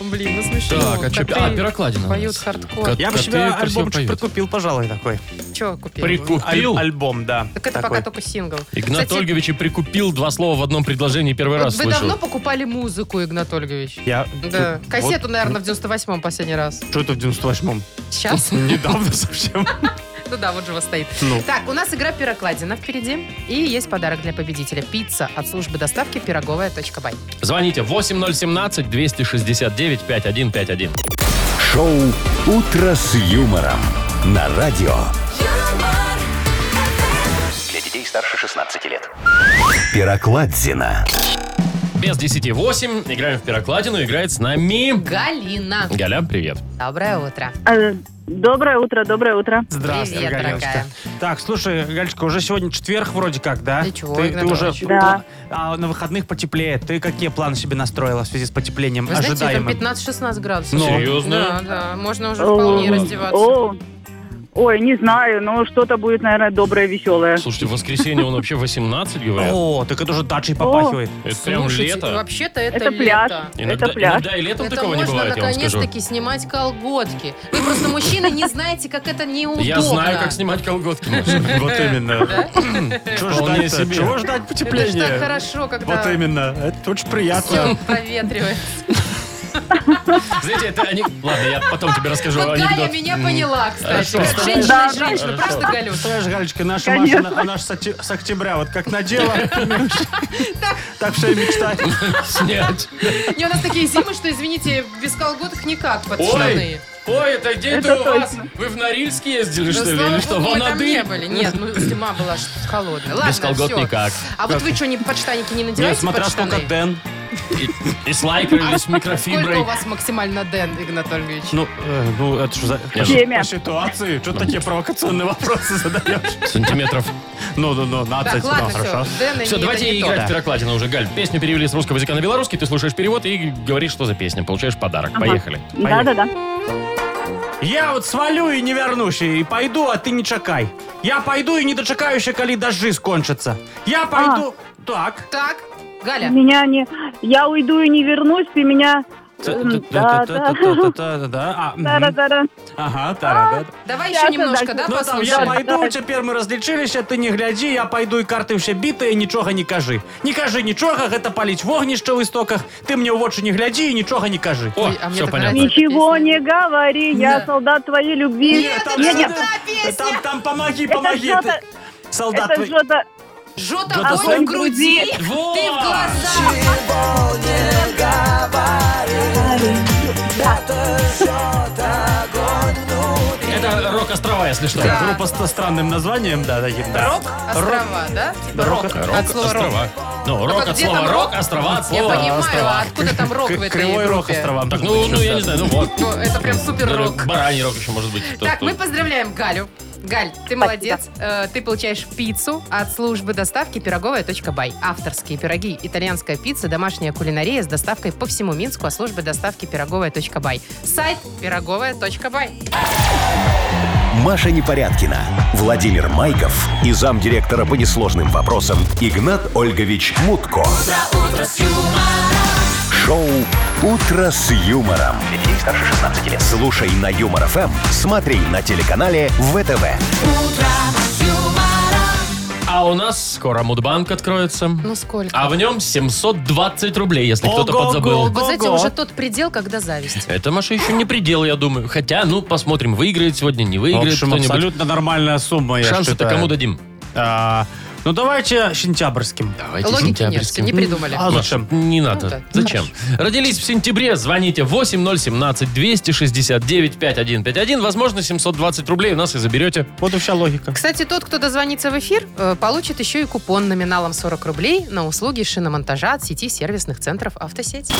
Speaker 3: Блин, ну смешно.
Speaker 2: Так, а чё,
Speaker 3: Коты
Speaker 2: а, пирокладина у нас.
Speaker 3: Поют хардкор.
Speaker 2: Кот-
Speaker 4: Я бы
Speaker 2: Коты
Speaker 4: себе
Speaker 2: красиво
Speaker 4: альбомчик
Speaker 2: поют.
Speaker 4: прикупил, пожалуй, такой.
Speaker 3: Чё купил?
Speaker 2: Прикупил.
Speaker 4: Аль- Альбом, да.
Speaker 3: Так это
Speaker 4: такой.
Speaker 3: пока только сингл.
Speaker 2: Игнат
Speaker 3: Кстати,
Speaker 2: Ольгович и прикупил два слова в одном предложении первый
Speaker 3: вот
Speaker 2: раз
Speaker 3: вы
Speaker 2: слышал.
Speaker 3: давно покупали музыку, Игнат Ольгович?
Speaker 4: Я...
Speaker 3: Да.
Speaker 4: Вот-
Speaker 3: Кассету, наверное, в 98-м последний раз.
Speaker 4: Что это в 98-м?
Speaker 3: Сейчас?
Speaker 4: Недавно совсем.
Speaker 3: Ну да, вот же у вас стоит.
Speaker 4: Ну.
Speaker 3: Так, у нас игра «Пирокладина» впереди. И есть подарок для победителя. Пицца от службы доставки пироговая.бай.
Speaker 2: Звоните 8017 269 5151.
Speaker 1: Шоу «Утро с юмором» на радио.
Speaker 5: Для детей старше 16 лет.
Speaker 1: Пирокладзина.
Speaker 2: Без 10 8 играем в пирокладину, играет с нами
Speaker 3: Галина.
Speaker 2: Галя, привет.
Speaker 3: Доброе утро.
Speaker 7: Э, Доброе утро, доброе утро.
Speaker 4: Здравствуй,
Speaker 3: Привет,
Speaker 4: Галиночка.
Speaker 3: дорогая.
Speaker 4: Так, слушай, Галечка, уже сегодня четверг вроде как, да?
Speaker 3: И чего,
Speaker 4: ты,
Speaker 3: Игнат
Speaker 4: ты уже
Speaker 3: Иванович?
Speaker 7: Да.
Speaker 4: а, на выходных потеплее. Ты какие планы себе настроила в связи с потеплением
Speaker 3: Вы знаете, там
Speaker 4: ожидаемым?
Speaker 3: 15-16 градусов.
Speaker 2: Ну. Серьезно?
Speaker 3: Да, да. Можно уже вполне
Speaker 7: О,
Speaker 3: раздеваться.
Speaker 7: о, Ой, не знаю, но что-то будет, наверное, доброе, веселое.
Speaker 2: Слушайте, в воскресенье он вообще 18, говорят.
Speaker 4: О, так это уже дачей попахивает.
Speaker 2: Это прям
Speaker 3: Слушайте,
Speaker 2: лето.
Speaker 3: Вообще-то это,
Speaker 7: Это
Speaker 3: лето.
Speaker 7: пляж.
Speaker 2: Иногда,
Speaker 7: это пляж.
Speaker 2: иногда и летом
Speaker 3: Это
Speaker 2: такого не
Speaker 3: можно
Speaker 2: бывает, я вам скажу.
Speaker 3: наконец-таки снимать колготки. Вы просто мужчины не знаете, как это неудобно.
Speaker 2: Я знаю, как снимать колготки. Маша.
Speaker 4: Вот именно. Чего
Speaker 2: Вполне себе.
Speaker 4: ждать Чего ждать
Speaker 3: Это ж так
Speaker 4: потепления?
Speaker 3: хорошо, когда
Speaker 4: Вот именно. Это очень
Speaker 3: все
Speaker 4: приятно.
Speaker 3: проветривает.
Speaker 2: Знаете, это они... Ладно, я потом тебе расскажу
Speaker 3: Вот Галя
Speaker 2: анекдот.
Speaker 3: меня поняла, кстати.
Speaker 2: Хорошо.
Speaker 3: Как женщина
Speaker 7: Да,
Speaker 3: и женщина,
Speaker 2: хорошо.
Speaker 3: просто Галю.
Speaker 4: Представляешь, Галечка, наша Маша, на- она ж с оте- с октября вот как надела, понимаешь? так все и мечтает.
Speaker 2: Снять.
Speaker 3: Не, у нас такие зимы, что, извините, без колготок никак под
Speaker 2: Ой,
Speaker 3: штаны.
Speaker 2: ой, это где-то
Speaker 7: Это
Speaker 2: у вас?
Speaker 7: точно.
Speaker 2: Вы в Норильск ездили,
Speaker 3: Ну,
Speaker 2: что ли?
Speaker 3: слава
Speaker 2: Или что,
Speaker 3: богу,
Speaker 2: в
Speaker 3: мы там
Speaker 2: Анадырь?
Speaker 3: не были. Нет, ну зима была ж холодная. Ладно,
Speaker 2: Без колгот
Speaker 3: всё.
Speaker 2: никак.
Speaker 3: А вот вы что, не подштаники не
Speaker 4: Не,
Speaker 3: надеваете под
Speaker 4: смотря
Speaker 3: штаны?
Speaker 4: сколько Дэн.
Speaker 2: И- И с лайкой, или с
Speaker 3: А Сколько у
Speaker 2: микрофиброй.
Speaker 3: вас максимально Дэн, Игнат Ольгович?
Speaker 4: Ну, э, ну это что за...
Speaker 2: Я же-
Speaker 7: Семя.
Speaker 4: По ситуации? Что ты такие провокационные вопросы задаешь?
Speaker 2: Сантиметров.
Speaker 4: Ну, ну, ну, нацать,
Speaker 3: Так,
Speaker 4: ну,
Speaker 3: ладно, все.
Speaker 4: хорошо.
Speaker 3: Дэн
Speaker 2: Все,
Speaker 3: и не- это
Speaker 2: давайте
Speaker 3: не
Speaker 2: играть
Speaker 3: то.
Speaker 2: в пирокладина уже, Галь. Песню перевели с русского языка на белорусский, ты слушаешь перевод и говоришь, что за песня. Получаешь подарок. Поехали.
Speaker 7: Да-да-да.
Speaker 4: Я вот свалю и не вернусь, и пойду, а ты не чакай. Я пойду и не дочекаю еще, коли дожди скончатся. Я пойду... Так.
Speaker 3: Так, Галя,
Speaker 7: Меня не... Я уйду и не вернусь, ты меня... Эм, да-да.
Speaker 4: Та-та-та-та-та-та-та-та. А, мгм.
Speaker 7: Та-ра-та-ра.
Speaker 4: Ага, та-ра-та.
Speaker 3: давай
Speaker 7: Сейчас,
Speaker 3: еще немножко, да,
Speaker 7: дальше.
Speaker 4: Ну там,
Speaker 3: послушаем?
Speaker 4: я пойду,
Speaker 7: Да.
Speaker 4: цяпер мы разлічыліся, ты не гляди, я пойду и карты все бітыя, нічога не кажи. Не кажи нічога, гэта паліць вогнішча ў істоках, ты мне в очи не гляди и нічога не кажи.
Speaker 2: О,
Speaker 3: Ой, а мне
Speaker 2: все
Speaker 3: так
Speaker 2: понятно.
Speaker 3: нравится.
Speaker 7: Ничего не говори,
Speaker 3: Да.
Speaker 7: я солдат твоей любви.
Speaker 4: Нет, там,
Speaker 7: Нет,
Speaker 4: же-
Speaker 7: нет,
Speaker 4: там, там помоги,
Speaker 7: Это
Speaker 4: помоги.
Speaker 7: что-то-
Speaker 4: ты- Солдат
Speaker 7: это
Speaker 4: твой-
Speaker 7: что-то...
Speaker 3: Жжет
Speaker 4: Да, да,
Speaker 3: огонь
Speaker 4: Сонь.
Speaker 3: в груди, ты
Speaker 2: Во!
Speaker 3: в глазах.
Speaker 2: Это рок-острова, если что.
Speaker 3: Да.
Speaker 4: Группа с странным названием, да, таким, да.
Speaker 3: Рок, острова, да? Типа
Speaker 4: Рок-
Speaker 3: рок,
Speaker 2: Рок,
Speaker 3: от слова рок.
Speaker 2: острова. Ну, рок
Speaker 3: Только
Speaker 2: от
Speaker 3: где там
Speaker 2: слова
Speaker 3: рок?
Speaker 2: рок, острова от
Speaker 3: Я
Speaker 2: слова
Speaker 3: понимаю,
Speaker 2: острова.
Speaker 3: а откуда там рок в
Speaker 4: К-
Speaker 3: этой
Speaker 4: Кривой рок
Speaker 3: группе?
Speaker 4: островам.
Speaker 2: Так, ну, ну, я не знаю, ну вот.
Speaker 3: Ну, это прям
Speaker 2: Э,
Speaker 3: супер рок.
Speaker 2: Бараний рок еще может быть. Кто-
Speaker 3: Так,
Speaker 2: кто-
Speaker 3: мы поздравляем Галю. Галь, ты молодец. Э, Ты получаешь пиццу от службы доставки пироговая.бай. Авторские пироги, итальянская пицца, домашняя кулинария с доставкой по всему Минску от службы доставки пироговая.бай. Сайт пироговая.бай.
Speaker 1: Маша Непорядкина, Владимир Майков и замдиректора по несложным вопросам Игнат Ольгович Мутко. Шоу Утро с юмором.
Speaker 5: Для детей старше 16 лет.
Speaker 1: Слушай на юмор ФМ, смотри на телеканале ВТВ.
Speaker 2: А у нас скоро Мудбанк откроется.
Speaker 3: Ну сколько?
Speaker 2: А в нем 720 рублей, если кто-то
Speaker 4: Ого-го.
Speaker 2: подзабыл.
Speaker 3: вот знаете,
Speaker 4: Ого.
Speaker 3: уже тот предел, когда зависть.
Speaker 2: Это, Маша, еще не предел, я думаю. Хотя, ну, посмотрим, выиграет сегодня, не выиграет кто-нибудь.
Speaker 4: нормальная сумма,
Speaker 2: Шансы-то кому дадим?
Speaker 4: Ну давайте сентябрьским.
Speaker 2: Давайте
Speaker 3: Логики нет,
Speaker 2: сентябрьским.
Speaker 3: не придумали.
Speaker 4: А зачем?
Speaker 2: Не надо.
Speaker 3: Ну да.
Speaker 2: Зачем? Родились в сентябре, звоните 8017-269-5151. Возможно, 720 рублей у нас и заберете.
Speaker 4: Вот и вся логика.
Speaker 3: Кстати, тот, кто дозвонится в эфир, э, получит еще и купон номиналом 40 рублей на услуги шиномонтажа от сети сервисных центров «Автосеть».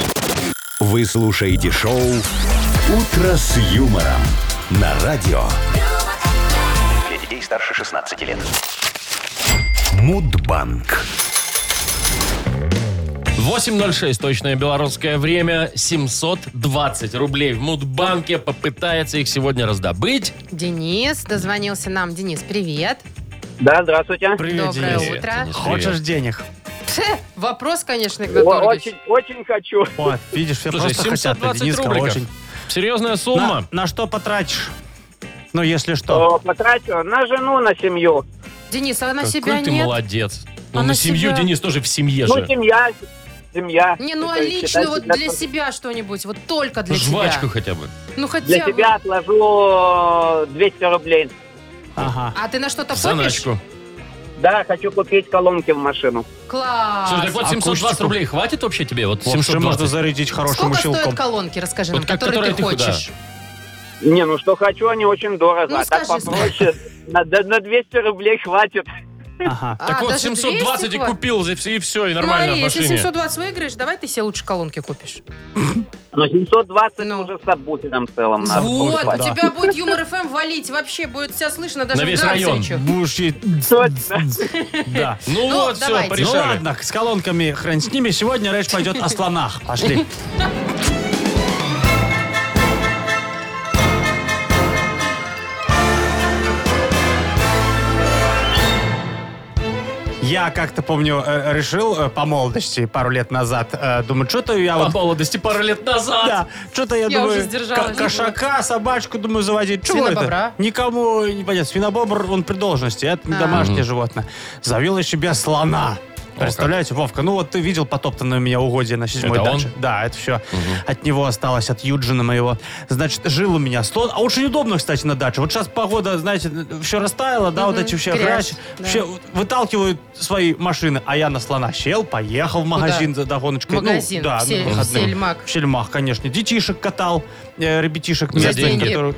Speaker 1: Вы слушаете шоу «Утро с юмором» на радио
Speaker 5: Для детей старше 16 лет.
Speaker 1: Мудбанк.
Speaker 2: 8.06, точное белорусское время, 720 рублей в Мудбанке. Попытается их сегодня раздобыть.
Speaker 3: Денис дозвонился нам. Денис, привет.
Speaker 6: Да, здравствуйте.
Speaker 4: Привет,
Speaker 3: Доброе
Speaker 4: Денис.
Speaker 3: утро.
Speaker 2: Денис, привет.
Speaker 4: Хочешь денег?
Speaker 3: Пфе, вопрос, конечно, Игнатович.
Speaker 6: очень хочу.
Speaker 4: Вот, видишь, все
Speaker 2: Слушай,
Speaker 4: просто хотят на
Speaker 2: 720
Speaker 4: Дениска
Speaker 2: рубликов.
Speaker 4: очень.
Speaker 2: Серьезная
Speaker 4: На,
Speaker 2: сумма.
Speaker 4: на что потратишь? Ну, если что.
Speaker 6: Потрачу э, на жену, на семью.
Speaker 3: Денис, а на
Speaker 2: Какой
Speaker 3: себя
Speaker 2: ты
Speaker 3: нет?
Speaker 2: молодец. Ну,
Speaker 3: А
Speaker 2: на
Speaker 3: на
Speaker 2: семью,
Speaker 3: себя?
Speaker 2: Денис, тоже в семье
Speaker 4: Ну,
Speaker 2: же.
Speaker 6: Ну, семья, семья.
Speaker 3: Не, ну а лично вот для себя что-нибудь, вот только для
Speaker 2: Жвачку
Speaker 3: себя.
Speaker 2: хотя бы.
Speaker 3: Ну хотя
Speaker 6: Для
Speaker 3: бы.
Speaker 6: себя отложу 200 рублей.
Speaker 4: Ага.
Speaker 3: А ты на что-то копишь?
Speaker 2: Заначку.
Speaker 6: Да, хочу купить колонки в машину.
Speaker 2: Слушай, так
Speaker 3: Класс.
Speaker 2: вот
Speaker 4: А
Speaker 2: 720
Speaker 4: кошечку?
Speaker 2: рублей хватит вообще тебе? Вот
Speaker 4: В общем, можно
Speaker 2: 720.
Speaker 4: зарядить хорошим
Speaker 3: Сколько стоят
Speaker 4: щелком.
Speaker 3: колонки, расскажи нам,
Speaker 2: Вот как-
Speaker 3: которые ты
Speaker 2: которые ты куда?
Speaker 3: хочешь?
Speaker 6: Не, ну что хочу, они очень дорого.
Speaker 3: Ну,
Speaker 6: а так
Speaker 3: скажи,
Speaker 6: попроще. На, да, на 200 рублей хватит.
Speaker 4: Ага.
Speaker 2: Так
Speaker 3: А,
Speaker 2: вот,
Speaker 3: даже
Speaker 2: 720
Speaker 3: 200
Speaker 2: и
Speaker 3: хватит?
Speaker 2: купил, и все, и все, и нормально в
Speaker 3: Смотри, если
Speaker 2: машине.
Speaker 3: 720 выиграешь, давай ты себе лучше колонки купишь.
Speaker 6: Но 720
Speaker 3: Ну.
Speaker 6: уже с сабвуфером целым надо.
Speaker 3: Вот, у
Speaker 6: покупать.
Speaker 3: тебя будет Юмор ФМ валить, вообще будет вся слышно даже
Speaker 2: На весь
Speaker 3: в
Speaker 2: район.
Speaker 3: Гамсовиче.
Speaker 4: Будешь ей-
Speaker 6: Точно.
Speaker 4: Да.
Speaker 2: Ну,
Speaker 3: Ну,
Speaker 2: вот, все,
Speaker 3: давайте.
Speaker 4: Ну
Speaker 2: порешали.
Speaker 4: ладно, с колонками хрен с ними. Сегодня речь пойдет о слонах. Пошли. Я как-то помню э, решил э, по молодости пару лет назад, э, думаю, что-то я
Speaker 2: По
Speaker 4: вот
Speaker 2: молодости пару лет назад.
Speaker 4: Да, что-то
Speaker 3: Я
Speaker 4: я,
Speaker 3: уже
Speaker 4: думаю,
Speaker 3: сдержалась,
Speaker 4: ко- кошака, собачку, думаю, заводить. Чего
Speaker 3: Свинобобра.
Speaker 4: это? Никому не понятно. Свинобобр, он при должности, это не
Speaker 3: А.
Speaker 4: домашнее животное. Завел я себе слона.
Speaker 2: как.
Speaker 4: Представляете, Вовка, ну вот ты видел потоптанное у меня угодье на седьмой
Speaker 2: Это он?
Speaker 4: даче. Да, это все от него осталось, от Юджина моего. Значит, жил у меня слон. А очень удобно, кстати, на даче. Вот сейчас погода, знаете, все растаяло, да, вот
Speaker 3: Мгм,
Speaker 4: эти все
Speaker 3: грязь,
Speaker 4: грязь.
Speaker 3: да.
Speaker 4: Вообще выталкивают свои машины, а я на слона сел, поехал в магазин за догоночкой.
Speaker 3: В магазин,
Speaker 4: ну, да,
Speaker 3: в сель-
Speaker 4: на выходные.
Speaker 3: в сельмак.
Speaker 4: В Шельмах, конечно. Детишек катал, э, ребятишек
Speaker 2: За
Speaker 4: местных,
Speaker 2: деньги.
Speaker 4: которые-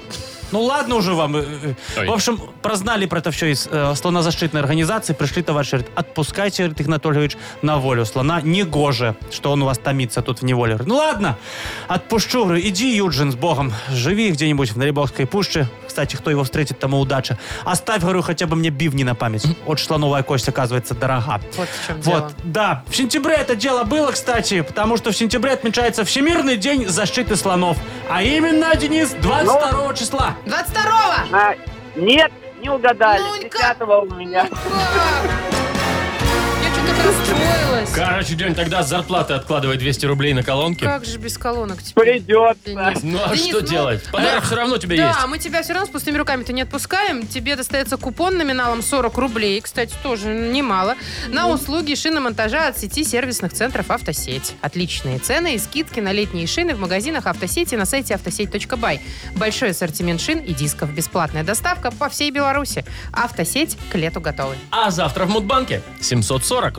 Speaker 4: Ну ладно уже вам. э, э.
Speaker 2: Ой.
Speaker 4: В общем, прознали про это все из э, слонозащитной организации. Пришли товарищи, говорят, отпускайте, Игорь Анатольевич, на волю. Слона негоже, что он у вас томится тут в неволе. Говорю, Ну ладно, отпущу. Говорю, иди, Юджин, с Богом. Живи где-нибудь в Нарибовской пуще. Кстати, кто его встретит, тому удача. Оставь, говорю, хотя бы мне бивни на память. Вот слоновая кость, оказывается, дорога.
Speaker 3: Вот в чем
Speaker 4: Вот,
Speaker 3: дело.
Speaker 4: да. В сентябре это дело было, кстати, потому что в сентябре отмечается Всемирный день защиты слонов. А именно, Денис,
Speaker 2: Ну,
Speaker 4: 22 числа.
Speaker 3: 22-го!
Speaker 6: А, нет, не угадали.
Speaker 3: Нунька.
Speaker 6: 10 у
Speaker 3: Я
Speaker 6: меня.
Speaker 3: что-то расстроилась.
Speaker 2: Короче, День, тогда с зарплаты откладывай 200 рублей на колонки.
Speaker 3: Как же без колонок теперь?
Speaker 6: Придется.
Speaker 3: Денис.
Speaker 2: Ну а
Speaker 3: Денис,
Speaker 2: что
Speaker 3: ну,
Speaker 2: делать? Подарок все равно у тебя есть.
Speaker 3: Да, мы тебя все равно с пустыми руками-то не отпускаем. Тебе достается купон номиналом 40 рублей, кстати, тоже немало, на услуги шиномонтажа от сети сервисных центров «Автосеть». Отличные цены и скидки на летние шины в магазинах «Автосети» на сайте автосеть.бай. Большой ассортимент шин и дисков. Бесплатная доставка по всей Беларуси. «Автосеть» к лету готовы.
Speaker 2: А завтра в Мудбанке 740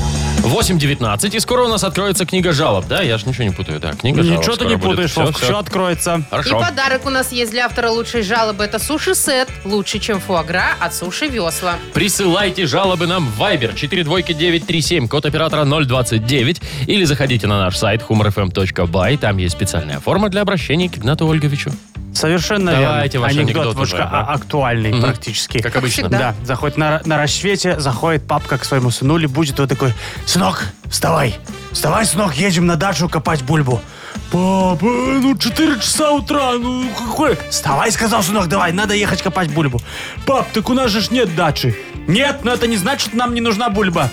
Speaker 2: 8.19. И скоро у нас откроется книга жалоб. Да, я же ничего не путаю. Да, книга жалоб.
Speaker 4: Ничего ты
Speaker 2: скоро
Speaker 4: не
Speaker 2: будет.
Speaker 4: путаешь,
Speaker 2: Всё,
Speaker 4: Вовка,
Speaker 2: всё.
Speaker 4: все откроется.
Speaker 2: Хорошо.
Speaker 3: И подарок у нас есть для автора лучшей жалобы. Это суши-сет. Лучше, чем фуагра от суши весла.
Speaker 2: Присылайте жалобы нам в Viber 42937, код оператора 029, или заходите на наш сайт humorfm.by, там есть специальная форма для обращения к Игнату Ольговичу.
Speaker 4: Совершенно
Speaker 2: Давайте
Speaker 4: верно.
Speaker 2: ваш анекдот
Speaker 4: Вовка,
Speaker 2: уже, да.
Speaker 4: а- актуальный
Speaker 2: Мгм.
Speaker 4: практически.
Speaker 2: Как обычно.
Speaker 3: всегда.
Speaker 4: Да, заходит на, на рассвете, заходит папка к своему сыну, или будет вот такой, сынок, вставай, вставай, сынок, едем на дачу копать бульбу. Папа, ну 4 часа утра, ну какой? Вставай, сказал сынок, давай, надо ехать копать бульбу. Пап, так у нас же ж нет дачи. Нет, но это не значит, что нам не нужна бульба.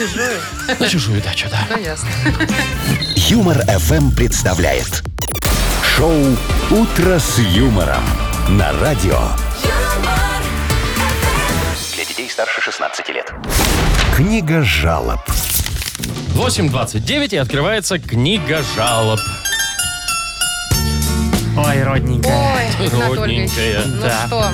Speaker 3: Чужую?
Speaker 2: На чужую дачу, да.
Speaker 3: Ну, ясно.
Speaker 1: Юмор FM представляет шоу Утро с юмором на радио.
Speaker 5: Для детей старше 16 лет.
Speaker 1: Книга жалоб.
Speaker 2: 8.29 и открывается книга жалоб.
Speaker 4: Ой, родненькая.
Speaker 3: Ой, Игнат Ольгович,
Speaker 2: Родненькая.
Speaker 3: ну
Speaker 4: Да.
Speaker 3: что,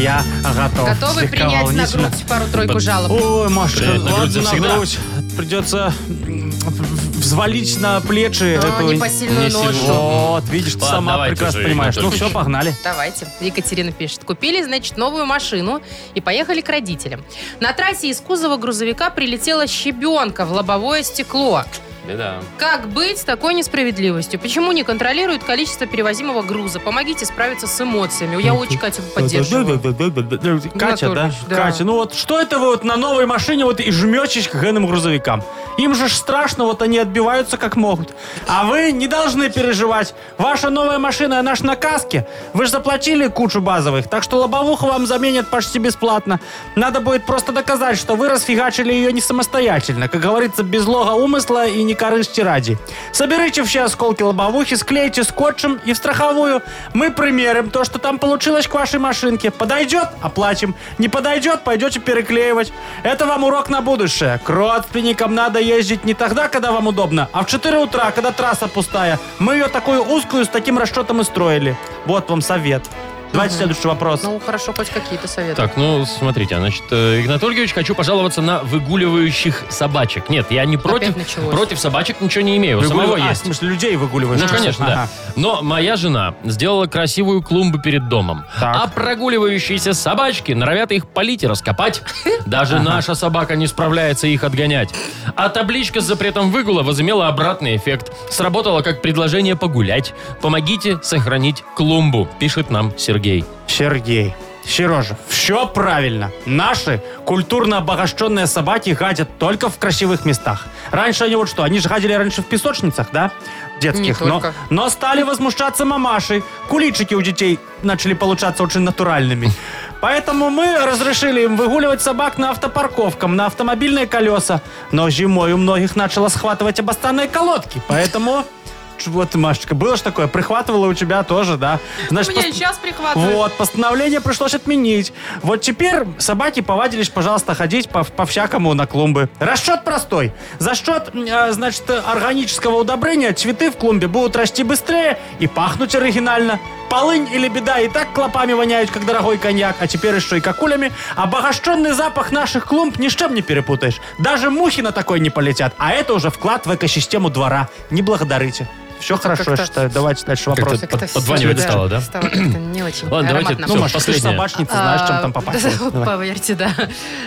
Speaker 4: Я готов.
Speaker 3: готовы принять на
Speaker 4: Дополнительно.
Speaker 3: грудь пару-тройку
Speaker 2: Под-
Speaker 3: жалоб?
Speaker 4: Ой, Машечка,
Speaker 2: Принять на грудь
Speaker 4: ладно,
Speaker 2: завсегда.
Speaker 4: на грудь. Придется м, в- взвалить на плечи
Speaker 3: А,
Speaker 4: эту...
Speaker 3: непосильную
Speaker 2: не сильно.
Speaker 3: ношу.
Speaker 4: Вот, видишь, ты
Speaker 2: Ладно,
Speaker 4: сама
Speaker 2: давайте
Speaker 4: прекрасно
Speaker 2: уже,
Speaker 4: понимаешь. Ну
Speaker 2: Игнатович.
Speaker 4: все, погнали.
Speaker 3: Давайте. Екатерина пишет. Купили, значит, новую машину и поехали к родителям. На трассе из кузова грузовика прилетела щебенка в лобовое стекло.
Speaker 2: Да-да.
Speaker 3: Как быть с такой несправедливостью? Почему не контролируют количество перевозимого груза? Помогите справиться с эмоциями. Я очень Катю поддерживаю.
Speaker 4: Катя, да?
Speaker 3: Анатольевич, да.
Speaker 4: Катя, ну вот что это вы вот на новой машине вот и жметесь к генным грузовикам? Им же ж страшно, вот они отбиваются как могут. А вы не должны переживать. Ваша новая машина, она ж на каске. Вы же заплатили кучу базовых, так что лобовуху вам заменят почти бесплатно. Надо будет просто доказать, что вы расфигачили ее не самостоятельно. Как говорится, без лога умысла и не корысти ради. Соберите все осколки лобовухи, склейте скотчем и в страховую. Мы примерим то, что там получилось к вашей машинке. Подойдет – оплатим. Не подойдет – пойдете переклеивать. Это вам урок на будущее. К родственникам надо ездить не тогда, когда вам удобно, а в 4 утра, когда трасса пустая. Мы ее такую узкую с таким расчетом и строили. Вот вам совет. Давайте следующий вопрос.
Speaker 3: Ну, хорошо, хоть какие-то советы.
Speaker 2: Так, ну, смотрите, значит, э, Игнат Ольгович, хочу пожаловаться на выгуливающих собачек. Нет, я не против,
Speaker 3: Опять началось.
Speaker 2: против собачек ничего не имею, у самого
Speaker 4: А,
Speaker 2: есть.
Speaker 4: в смысле, людей выгуливаешь?
Speaker 2: Ну, конечно, да. Но моя жена сделала красивую клумбу перед домом.
Speaker 4: Так.
Speaker 2: А прогуливающиеся собачки норовят их полить и раскопать. Даже наша собака не справляется их отгонять. А табличка с запретом выгула возымела обратный эффект. Сработала как предложение погулять. Помогите сохранить клумбу, пишет нам Сергей.
Speaker 4: Сергей. Сережа, все правильно. Наши культурно обогащенные собаки гадят только в красивых местах. Раньше они вот что, они же гадили раньше в песочницах, да? Детских.
Speaker 3: Не
Speaker 4: но,
Speaker 3: только.
Speaker 4: но стали возмущаться мамаши. Куличики у детей начали получаться очень натуральными. Поэтому мы разрешили им выгуливать собак на автопарковкам, на автомобильные колеса. Но зимой у многих начало схватывать обостанные колодки. Поэтому... Ч- Вот, Машечка, было ж такое, прихватывало у тебя тоже, да?
Speaker 3: У меня
Speaker 4: пос-
Speaker 3: и сейчас прихватывает.
Speaker 4: вот, постановление пришлось отменить. Вот теперь собаки повадились, пожалуйста, ходить по- по-всякому на клумбы. Расчет простой. За счет, э, значит, э, органического удобрения цветы в клумбе будут расти быстрее и пахнуть оригинально. Полынь или беда и так клопами воняют, как дорогой коньяк, а теперь еще и какулями. Обогащенный запах наших клумб ни с чем не перепутаешь. Даже мухи на такой не полетят. А это уже вклад в экосистему двора. Не благодарите. Все хорошо, я
Speaker 3: как-то-
Speaker 4: считаю. Давайте дальше вопрос.
Speaker 2: под-
Speaker 3: Как-то
Speaker 2: подванивать
Speaker 3: всё,
Speaker 2: стало, да?
Speaker 3: Стало как-то не очень
Speaker 2: Ладно, давайте,
Speaker 3: ароматно.
Speaker 2: всё,
Speaker 4: Ну, Маша, ты ж
Speaker 2: последнее.
Speaker 4: собачница, знаешь, чем там попасть.
Speaker 3: А,
Speaker 4: Давай.
Speaker 3: Поверьте, да.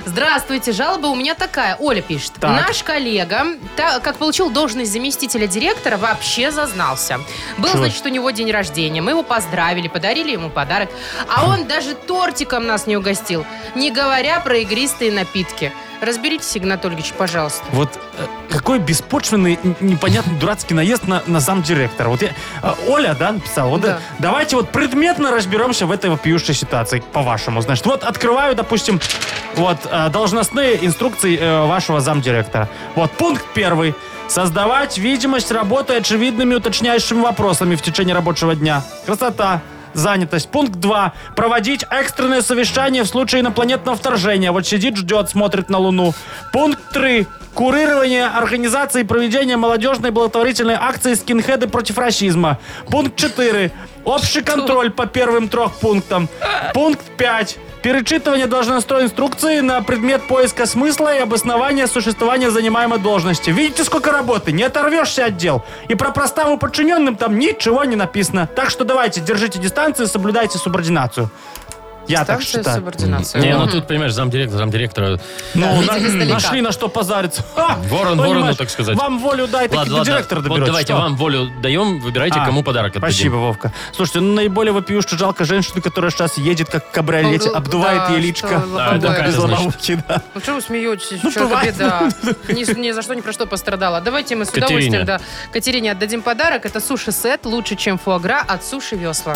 Speaker 3: Здравствуйте, жалоба у меня такая. Оля пишет.
Speaker 4: Так.
Speaker 3: Наш коллега, та- как получил должность заместителя директора, вообще зазнался. Был,
Speaker 4: Чего?
Speaker 3: значит, у него день рождения. Мы его поздравили, подарили ему подарок. А
Speaker 4: Хм.
Speaker 3: он даже тортиком нас не угостил, не говоря про игристые напитки. Разберитесь, Игнат Ольгович, пожалуйста.
Speaker 4: Вот э, какой беспочвенный, н- непонятный дурацкий наезд на, на замдиректора. Вот я, э, Оля, да, написала, вот
Speaker 3: Да.
Speaker 4: э, давайте вот предметно разберемся в этой вопиющей ситуации, по-вашему. Значит, вот открываю, допустим, вот э, должностные инструкции э, вашего замдиректора. Вот пункт первый. Создавать видимость работы очевидными уточняющими вопросами в течение рабочего дня. Красота. Занятость. Пункт 2. Проводить экстренное совещание в случае инопланетного вторжения. Вот сидит, ждет, смотрит на Луну. Пункт 3. Курирование организации и проведения молодежной благотворительной акции «Скинхеды против расизма». Пункт 4. Общий контроль по первым трех пунктам. Пункт 5. Перечитывание должностной инструкции на предмет поиска смысла и обоснования существования занимаемой должности. Видите, сколько работы? Не оторвешься от дел. И про проставу подчиненным там ничего не написано. Так что давайте, держите дистанцию, соблюдайте субординацию. Я так
Speaker 3: же
Speaker 4: считаю.
Speaker 3: субординация.
Speaker 2: Не, ну
Speaker 3: Мгм.
Speaker 2: тут, понимаешь, замдиректора, замдиректора.
Speaker 4: Ну,
Speaker 3: видимо,
Speaker 4: на-
Speaker 3: издалека.
Speaker 4: нашли на что позариться. Ха!
Speaker 2: Ворон
Speaker 4: Понимаешь,
Speaker 2: ворону, так сказать.
Speaker 4: Вам волю дай, так и
Speaker 2: Ладно,
Speaker 4: до
Speaker 2: ладно.
Speaker 4: директора
Speaker 2: Вот
Speaker 4: доберете.
Speaker 2: давайте
Speaker 4: Что?
Speaker 2: вам волю даем, выбирайте,
Speaker 4: А,
Speaker 2: кому подарок отдадим.
Speaker 4: Спасибо, Вовка. Слушайте, ну наиболее вопиюще жалко женщину, которая сейчас едет как кабриолет,
Speaker 3: Ну,
Speaker 4: обдувает
Speaker 3: да,
Speaker 4: ей
Speaker 3: что
Speaker 4: личко.
Speaker 3: лобовое.
Speaker 2: А, это Катя,
Speaker 4: Без
Speaker 2: значит.
Speaker 4: лобовухи, да.
Speaker 3: Ну что вы смеетесь?
Speaker 4: Ну,
Speaker 3: Человека
Speaker 4: бывает.
Speaker 3: беда. Ни, ни за что, ни про что пострадала. Давайте мы с
Speaker 2: Катерине.
Speaker 3: удовольствием да, Катерине отдадим подарок. Это суши-сет лучше, чем фуагра от суши весла.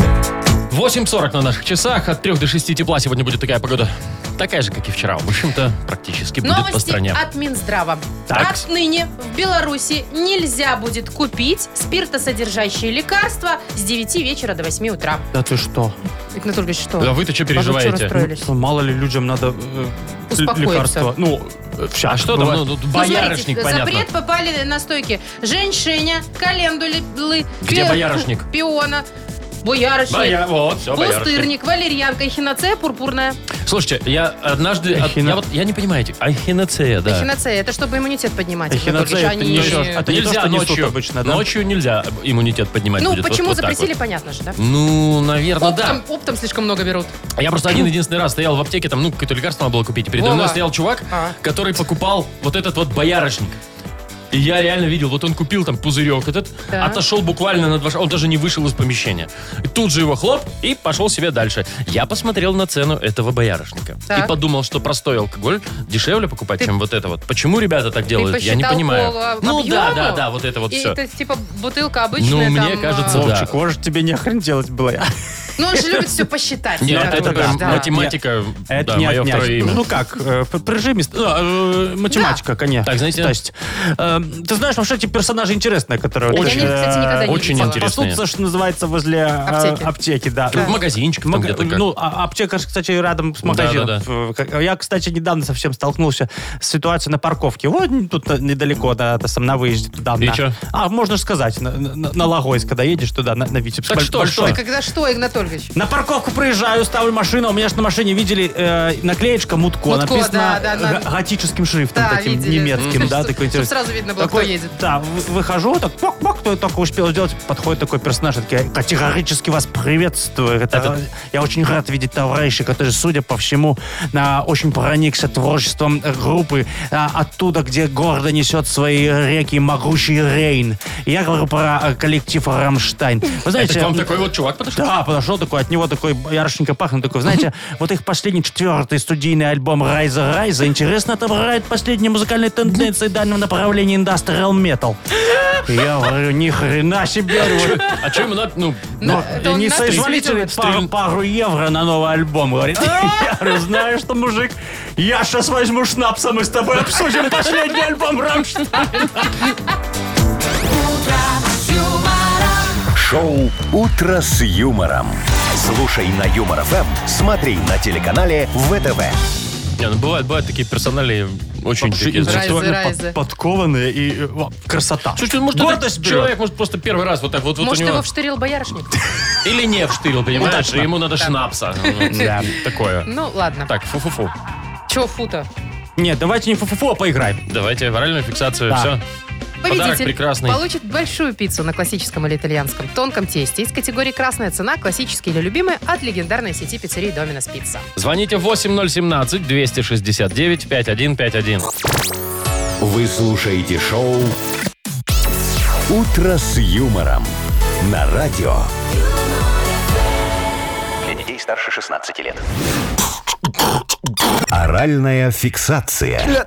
Speaker 2: 8.40 на наших часах. От 3 до 6 тепла сегодня будет такая погода. Такая же, как и вчера. В общем-то, практически будет по
Speaker 3: Новости
Speaker 2: стране.
Speaker 3: от Минздрава.
Speaker 2: Так.
Speaker 3: Отныне в Беларуси нельзя будет купить спиртосодержащие лекарства с 9 вечера до 8 утра.
Speaker 4: Да ты что?
Speaker 3: Игнатольевич, что?
Speaker 2: А вы-то что
Speaker 3: Пожалуйста,
Speaker 2: переживаете?
Speaker 3: расстроились?
Speaker 4: Ну, Мало ли людям надо э, л-
Speaker 3: Успокоиться.
Speaker 4: лекарства. Ну, э,
Speaker 2: А
Speaker 4: всяко
Speaker 2: что там?
Speaker 4: бывает.
Speaker 2: Ну, тут
Speaker 3: Ну,
Speaker 2: боярышник,
Speaker 3: смотрите,
Speaker 2: понятно.
Speaker 3: запрет попали на стойки. Женьшеня, календулы,
Speaker 2: Где боярышник?
Speaker 3: пиона, боярышник,
Speaker 2: Боя- Вот, все, боярышник.
Speaker 3: пустырник, валерьянка, эхиноцея, пурпурная.
Speaker 2: Слушайте, я однажды... от-
Speaker 4: Эхино-
Speaker 2: я, вот, я не понимаю, эти- ахиноцея, да.
Speaker 3: Эхиноцея, это чтобы иммунитет поднимать.
Speaker 4: Эхиноцея
Speaker 3: Игнатольевич,
Speaker 4: это
Speaker 3: они-
Speaker 4: не еще-
Speaker 3: э,
Speaker 4: а то не то,
Speaker 2: нельзя
Speaker 4: что несут
Speaker 2: ночью.
Speaker 4: обычно, да?
Speaker 2: Ночью нельзя иммунитет поднимать.
Speaker 3: Ну,
Speaker 2: будет, вот-
Speaker 3: почему
Speaker 2: вот так вот.
Speaker 3: запретили, понятно же, да?
Speaker 2: Ну, наверное, да.
Speaker 3: Оптом, оптом слишком много берут.
Speaker 2: Я просто один единственный раз стоял в аптеке, там, ну, какое-то лекарство надо было купить. И Передо
Speaker 3: Вова.
Speaker 2: мной стоял чувак,
Speaker 3: А.
Speaker 2: который покупал вот этот вот боярышник. И я реально видел, вот он купил там пузырек этот,
Speaker 3: Да.
Speaker 2: отошел буквально на два шага, он даже не вышел из помещения. И тут же его хлоп и пошел себе дальше. Я посмотрел на цену этого боярышника
Speaker 3: Так.
Speaker 2: и подумал, что простой алкоголь дешевле покупать, чем вот это вот. Почему ребята так делают, я не
Speaker 3: посчитал
Speaker 2: понимаю.
Speaker 3: по, э,
Speaker 2: ну да,
Speaker 3: объему?
Speaker 2: да, да, вот это вот
Speaker 3: И
Speaker 2: все.
Speaker 3: это типа бутылка обычная.
Speaker 2: Ну,
Speaker 3: там,
Speaker 2: мне кажется,
Speaker 3: э,
Speaker 2: да.
Speaker 4: Вовчик, может, тебе не хрен делать было.
Speaker 3: Ну, он же любит все посчитать.
Speaker 2: Нет,
Speaker 3: Игнат
Speaker 2: это
Speaker 3: Ольгович,
Speaker 2: прям
Speaker 3: да.
Speaker 2: математика,
Speaker 4: Это
Speaker 2: да,
Speaker 4: не
Speaker 2: мое
Speaker 4: отнять.
Speaker 2: второе имя.
Speaker 4: Ну как, э, п- прижимист. Ну, э, Математика, конечно.
Speaker 2: Так, знаете,
Speaker 4: То есть, э, ты знаешь, вообще эти персонажи интересные, которые...
Speaker 3: Так
Speaker 2: Очень,
Speaker 3: я, не- кстати, никогда не
Speaker 2: очень
Speaker 3: видела.
Speaker 2: интересно.
Speaker 4: Пасутся, что называется, возле э,
Speaker 3: Аптеки.
Speaker 4: аптеки, да.
Speaker 2: В магазинчиках там
Speaker 4: Мага-
Speaker 2: где-то как.
Speaker 4: Ну, а- аптека, ж, кстати, рядом с магазином.
Speaker 2: Да,
Speaker 4: Э, как- Я, кстати, недавно совсем столкнулся с ситуацией на парковке. Вот н- тут на- недалеко, да, это сам на выезде туда.
Speaker 2: И
Speaker 4: на-
Speaker 2: чё?
Speaker 4: А, можно ж сказать, на, на- на Логойск, когда едешь туда, на, на Витебск.
Speaker 2: Так
Speaker 4: Боль-
Speaker 2: что,
Speaker 4: большой.
Speaker 3: Ой, когда что, Игнатольевич?
Speaker 4: На парковку проезжаю, ставлю машину. а У меня же на машине видели э, наклеечка Мутко.
Speaker 3: Мутко,
Speaker 4: написано
Speaker 3: да, да, да.
Speaker 4: га- готическим шрифтом
Speaker 3: Да,
Speaker 4: таким
Speaker 3: видели.
Speaker 4: немецким.
Speaker 3: Мгм.
Speaker 4: Да,
Speaker 3: Чтоб-
Speaker 4: такой
Speaker 3: чтоб
Speaker 4: интерес-
Speaker 3: сразу видно было,
Speaker 4: такой,
Speaker 3: кто едет.
Speaker 4: Да, вы- выхожу, так пок-пок, кто только успел сделать. Подходит такой персонаж, так, я категорически вас приветствую. Это- Я очень рад видеть товарища, который, судя по всему, на- очень проникся творчеством э, группы а, оттуда, где гордо несет свои реки могучий Рейн. Я говорю про э, коллектив Рамштайн. Вы знаете,
Speaker 2: Это к А вам
Speaker 4: м,
Speaker 2: такой вот чувак подошел?
Speaker 4: да, подошел такой, от него такой яршенько пахнет. Такой, знаете, вот их последний четвертый студийный альбом «Райза Райза» интересно отображает последние музыкальные тенденции данного направления industrial metal. Я говорю, ни хрена себе. говорю,
Speaker 2: А что ему надо? Ну,
Speaker 4: «Ну,
Speaker 3: это он
Speaker 4: не
Speaker 3: нас
Speaker 4: соизволите ли
Speaker 3: видел?
Speaker 4: пару,
Speaker 2: Стрель-
Speaker 4: пару евро на новый альбом, говорит. Я говорю, знаю, что, мужик, я сейчас возьму шнапса, мы с тобой обсудим последний альбом Рамштайн.
Speaker 1: Шоу «Утро с юмором». Слушай на Юмор ФМ, смотри на телеканале ВТВ.
Speaker 2: не, ну бывают, бывают такие персонали очень такие, знаете.
Speaker 3: интеллектуальные.
Speaker 4: Интеллектуально
Speaker 3: Райза,
Speaker 4: под-
Speaker 3: Райза.
Speaker 4: подкованные и э, во, красота.
Speaker 2: Слушайте, ну, может, это
Speaker 4: Гордость берет.
Speaker 2: человек может просто первый раз вот так вот, вот
Speaker 3: Может,
Speaker 2: у него...
Speaker 3: его вштырил боярышник?
Speaker 2: Или не
Speaker 4: Ну
Speaker 2: вштырил, понимаешь?
Speaker 4: Удачно.
Speaker 2: И ему надо шнапса. Ну,
Speaker 4: Да.
Speaker 2: Такое.
Speaker 3: Ну, ладно.
Speaker 2: Так, фу-фу-фу.
Speaker 3: Чего фута?
Speaker 4: Нет, давайте не фу-фу-фу, а поиграем.
Speaker 2: Давайте оральную фиксацию,
Speaker 4: Да.
Speaker 2: все. Подарок
Speaker 3: Победитель
Speaker 2: прекрасный.
Speaker 3: получит большую пиццу на классическом или итальянском тонком тесте из категории «Красная цена», «Классический» или «Любимый» от легендарной сети пиццерий «Доминос Пицца».
Speaker 2: Звоните 8017-269-5151.
Speaker 1: Вы слушаете шоу «Утро с юмором» на радио.
Speaker 5: Для детей старше 16 лет.
Speaker 1: Оральная фиксация.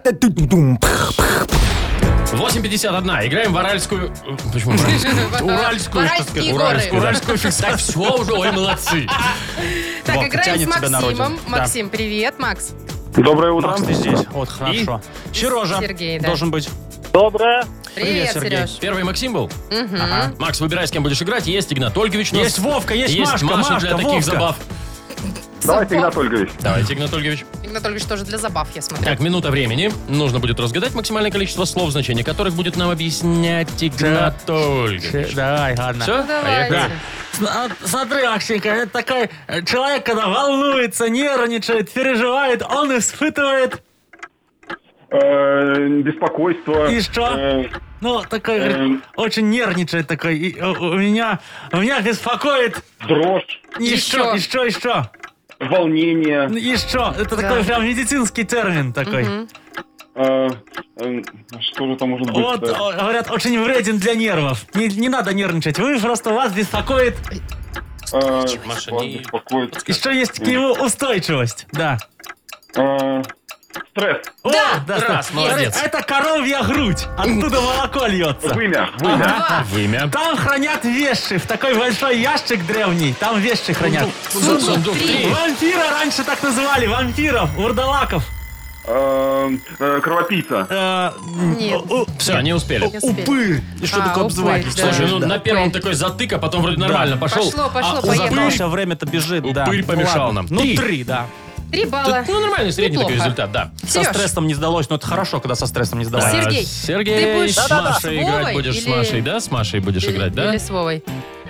Speaker 2: 8.51. Играем в оральскую... э, Почему в оральскую?
Speaker 4: Уральскую, что
Speaker 3: Уральские
Speaker 4: сказать,
Speaker 3: горы.
Speaker 2: Уральскую, уральскую фиксацию. Так, все уже, ой, молодцы.
Speaker 3: Так,
Speaker 4: Вовка,
Speaker 3: играем с
Speaker 4: тянет тебя на
Speaker 3: Максимом.
Speaker 4: родину. Да.
Speaker 3: Максим, привет, Макс.
Speaker 6: Доброе утро.
Speaker 4: Макс, ты Ну, здесь. Вот, хорошо. Сережа
Speaker 3: Сергей, да.
Speaker 4: должен быть.
Speaker 6: Доброе.
Speaker 3: Привет,
Speaker 4: Сергей.
Speaker 3: Сереж.
Speaker 2: Первый Максим был?
Speaker 3: Мгм.
Speaker 2: Макс, выбирай, с кем будешь играть. Есть Игнат Ольгович у нас.
Speaker 4: Есть Вовка, есть,
Speaker 2: Ну, Есть
Speaker 4: Машка,
Speaker 2: Маша
Speaker 4: Машка,
Speaker 2: для таких
Speaker 4: Вовка.
Speaker 2: забав.
Speaker 6: Давайте, Игнат Ольгович.
Speaker 2: Давайте, Игнат Ольгович.
Speaker 3: Игнатольевич тоже для забав, я смотрю.
Speaker 2: Так, минута времени. Нужно будет разгадать максимальное количество слов, значение которых будет нам объяснять Игнат Ольгович.
Speaker 4: Давай, ладно.
Speaker 2: Все?
Speaker 3: Давайте.
Speaker 2: Поехали.
Speaker 4: А, Смотри, Аксенька, это такой э, человек, когда волнуется, нервничает, переживает, он испытывает,
Speaker 6: Э, беспокойство.
Speaker 4: И что?
Speaker 6: Э,
Speaker 4: ну, такой, говорит,
Speaker 6: Эм.
Speaker 4: очень нервничает такой. и, э, у меня, у меня беспокоит.
Speaker 6: дрожь,
Speaker 4: И
Speaker 3: Еще.
Speaker 4: что, и что, и что?
Speaker 6: волнение.
Speaker 4: Ну И что? Это
Speaker 3: Да.
Speaker 4: такой прям медицинский термин такой.
Speaker 6: Э, э, что же там может быть?
Speaker 4: Вот,
Speaker 6: э,
Speaker 4: о, говорят, очень вреден для нервов. Не, не надо нервничать. Вы просто вас беспокоит.
Speaker 6: э,
Speaker 2: Маша,
Speaker 6: вас
Speaker 2: не-
Speaker 6: беспокоит.
Speaker 4: И что есть к нему устойчивость. Да.
Speaker 6: Э, Стресс.
Speaker 3: Да!
Speaker 4: да,
Speaker 2: Раз,
Speaker 4: стоп.
Speaker 2: молодец.
Speaker 4: Это коровья грудь. Оттуда молоко льется.
Speaker 6: Вымя. Вымя.
Speaker 2: Вымя.
Speaker 4: Там хранят вещи. В такой большой ящик древний. Там вещи хранят.
Speaker 2: Сундук, сундук, три.
Speaker 4: Вампира раньше так называли. Вампиров, урдалаков.
Speaker 6: Эм, э, Кровопийца.
Speaker 4: Э,
Speaker 3: Нет.
Speaker 4: у- у-
Speaker 2: Все, не успели.
Speaker 3: Не успели.
Speaker 4: Упырь. И
Speaker 3: А,
Speaker 4: Что такое
Speaker 3: упырь,
Speaker 4: обзывательство?
Speaker 3: да.
Speaker 2: Слушай, ну
Speaker 4: Да.
Speaker 2: на первом такой затык, а потом вроде нормально пошел.
Speaker 3: Пошло, пошло,
Speaker 2: а
Speaker 3: поехало.
Speaker 2: упырь-
Speaker 4: Упырь, а время-то бежит, да.
Speaker 2: Упырь
Speaker 4: Ну
Speaker 2: помешал
Speaker 4: ладно.
Speaker 2: нам.
Speaker 4: Ну,
Speaker 2: Три.
Speaker 4: три, да.
Speaker 3: Три балла.
Speaker 2: Ну, нормальный средний такой
Speaker 3: Неплохо.
Speaker 2: результат, да.
Speaker 4: Со
Speaker 3: Серёж,
Speaker 4: стрессом не сдалось, но это хорошо, когда со стрессом не
Speaker 3: Да.
Speaker 4: сдалось.
Speaker 3: Сергей,
Speaker 2: А, Сергей,
Speaker 3: ты будешь
Speaker 2: с
Speaker 3: Да-да-да.
Speaker 2: Машей
Speaker 3: с
Speaker 2: играть
Speaker 3: Вовой
Speaker 2: будешь с
Speaker 3: или-
Speaker 2: Машей, да? С Машей будешь
Speaker 3: или-
Speaker 2: играть, да?
Speaker 3: Или с Вовой.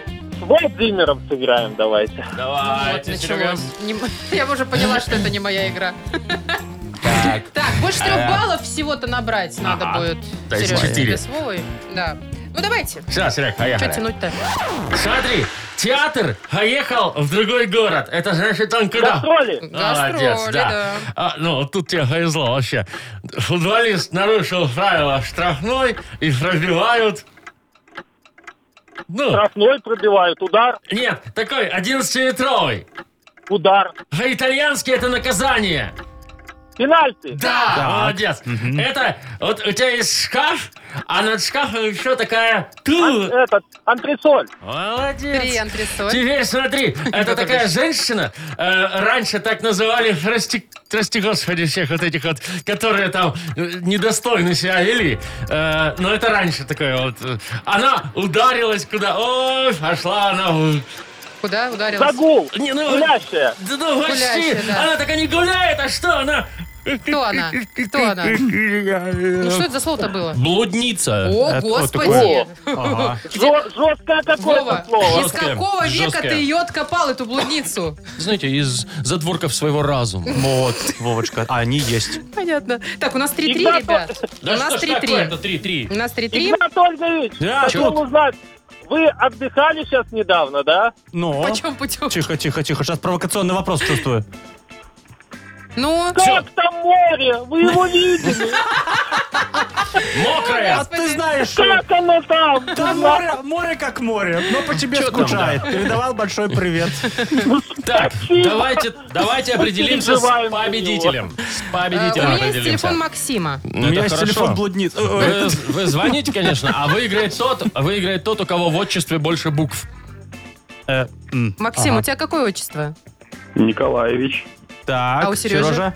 Speaker 8: С Владимиром сыграем давайте.
Speaker 3: Вот, началось. Не м- Я уже поняла, что это не моя игра.
Speaker 2: Так.
Speaker 3: Так, больше трех
Speaker 2: Ага.
Speaker 3: баллов всего-то набрать надо
Speaker 2: Э. Ага.
Speaker 3: будет.
Speaker 2: То есть
Speaker 3: Сережа,
Speaker 2: четыре.
Speaker 3: тебе с Вовой. Да. Ну давайте.
Speaker 2: Все, Серег,
Speaker 3: Что
Speaker 2: поехали.
Speaker 3: тянуть-то?
Speaker 2: Смотри, театр поехал в другой город. Это значит он куда?
Speaker 8: Гастроли.
Speaker 2: Молодец,
Speaker 3: Гастроли,
Speaker 2: да. А, ну, тут тебе повезло вообще. Футболист нарушил правила штрафной и пробивают... Ну,
Speaker 8: Штрафной пробивают. Удар.
Speaker 2: нет, такой 11-метровый.
Speaker 8: Удар.
Speaker 2: По-итальянски это наказание.
Speaker 8: Пенальти.
Speaker 2: Да, молодец. Это вот у тебя есть шкаф, а над шкафом еще такая ту.
Speaker 8: Этот, антресоль.
Speaker 3: Три
Speaker 2: Молодец.
Speaker 3: антресоль.
Speaker 2: Теперь смотри, это такая женщина, э, раньше так называли, прости, прости господи, всех вот этих вот, которые там э, недостойно себя вели, Э, но это раньше такое вот. э, Она ударилась куда, ой, пошла она. в-
Speaker 3: Куда ударилась?
Speaker 8: Загул.
Speaker 2: Не, ну,
Speaker 8: Гулящая.
Speaker 2: да, ну, почти.
Speaker 3: Гулящая, да.
Speaker 2: Она такая не гуляет, а что она?
Speaker 3: Кто она? Кто она? Ну что это за слово-то было?
Speaker 2: Блудница.
Speaker 3: О,
Speaker 4: это вот
Speaker 3: господи!
Speaker 4: Ага.
Speaker 8: Жё- Жесткое какое-то
Speaker 3: Вова,
Speaker 8: слово.
Speaker 3: из
Speaker 2: Жесткое,
Speaker 3: какого века
Speaker 2: жесткое.
Speaker 3: ты ее откопал, эту блудницу?
Speaker 2: Знаете, из задворков своего разума.
Speaker 4: Вот, Вовочка, а они есть.
Speaker 3: Понятно. Так, у нас 3-3,
Speaker 8: Игнат-
Speaker 3: ребят. У нас 3-3.
Speaker 2: 3-3.
Speaker 3: У нас 3-3.
Speaker 8: Игнат Ольгович,
Speaker 4: Да,
Speaker 8: хотел
Speaker 4: тут.
Speaker 8: узнать, вы отдыхали сейчас недавно, да?
Speaker 4: Ну,
Speaker 3: Почем путем?
Speaker 4: тихо, тихо, тихо. Сейчас провокационный вопрос чувствую.
Speaker 3: Ну,
Speaker 8: Как там море? Вы его видели?
Speaker 2: Мокрая!
Speaker 4: А ты знаешь, что...
Speaker 8: Как оно там?
Speaker 4: Да, море, море как море, но по тебе
Speaker 2: Чё там, Ну,
Speaker 4: скучает. Передавал большой привет.
Speaker 2: Так, давайте, давайте определимся с
Speaker 8: Переживаем за
Speaker 2: победителем. С
Speaker 3: э, у
Speaker 2: победителем
Speaker 3: меня есть
Speaker 2: определимся. Ну,
Speaker 3: телефон Максима.
Speaker 4: У меня есть
Speaker 2: хорошо.
Speaker 4: телефон блудниц. Ой, ой,
Speaker 2: Вы, вы звоните, конечно, а выиграет тот, выиграет тот, у кого в отчестве больше букв.
Speaker 4: Э, м,
Speaker 3: Максим,
Speaker 4: ага.
Speaker 3: у тебя какое отчество?
Speaker 6: Николаевич.
Speaker 4: Так,
Speaker 3: А у Серёжи?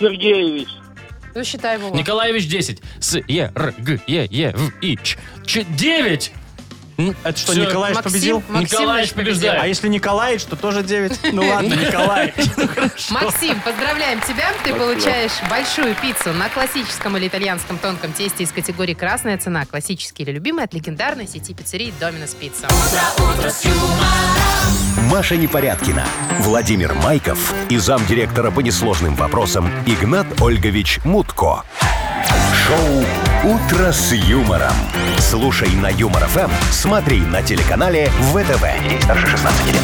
Speaker 8: Сергеевич.
Speaker 3: Ну, считай его.
Speaker 2: Николаевич 10. С Е Р Г Е Е В И Ч. Ч 9.
Speaker 4: Это что,
Speaker 2: Всё.
Speaker 4: Николаевич
Speaker 3: Максим,
Speaker 4: победил?
Speaker 3: Максим
Speaker 2: Николаевич
Speaker 3: наш победил.
Speaker 4: А
Speaker 2: побеждает.
Speaker 4: если Николаевич, то тоже 9. Ну ладно, Николаевич.
Speaker 3: Ну, Максим, поздравляем тебя. Ты получаешь большую пиццу на классическом или итальянском тонком тесте из категории «Красная цена». Классический или любимый от легендарной сети пиццерий «Доминос Пицца».
Speaker 1: Маша Непорядкина, Владимир Майков и замдиректора по несложным вопросам Игнат Ольгович Мутко. Шоу «Утро с юмором». Слушай на Юмор ФМ, смотри на телеканале ВТВ. Ей старше 16 лет.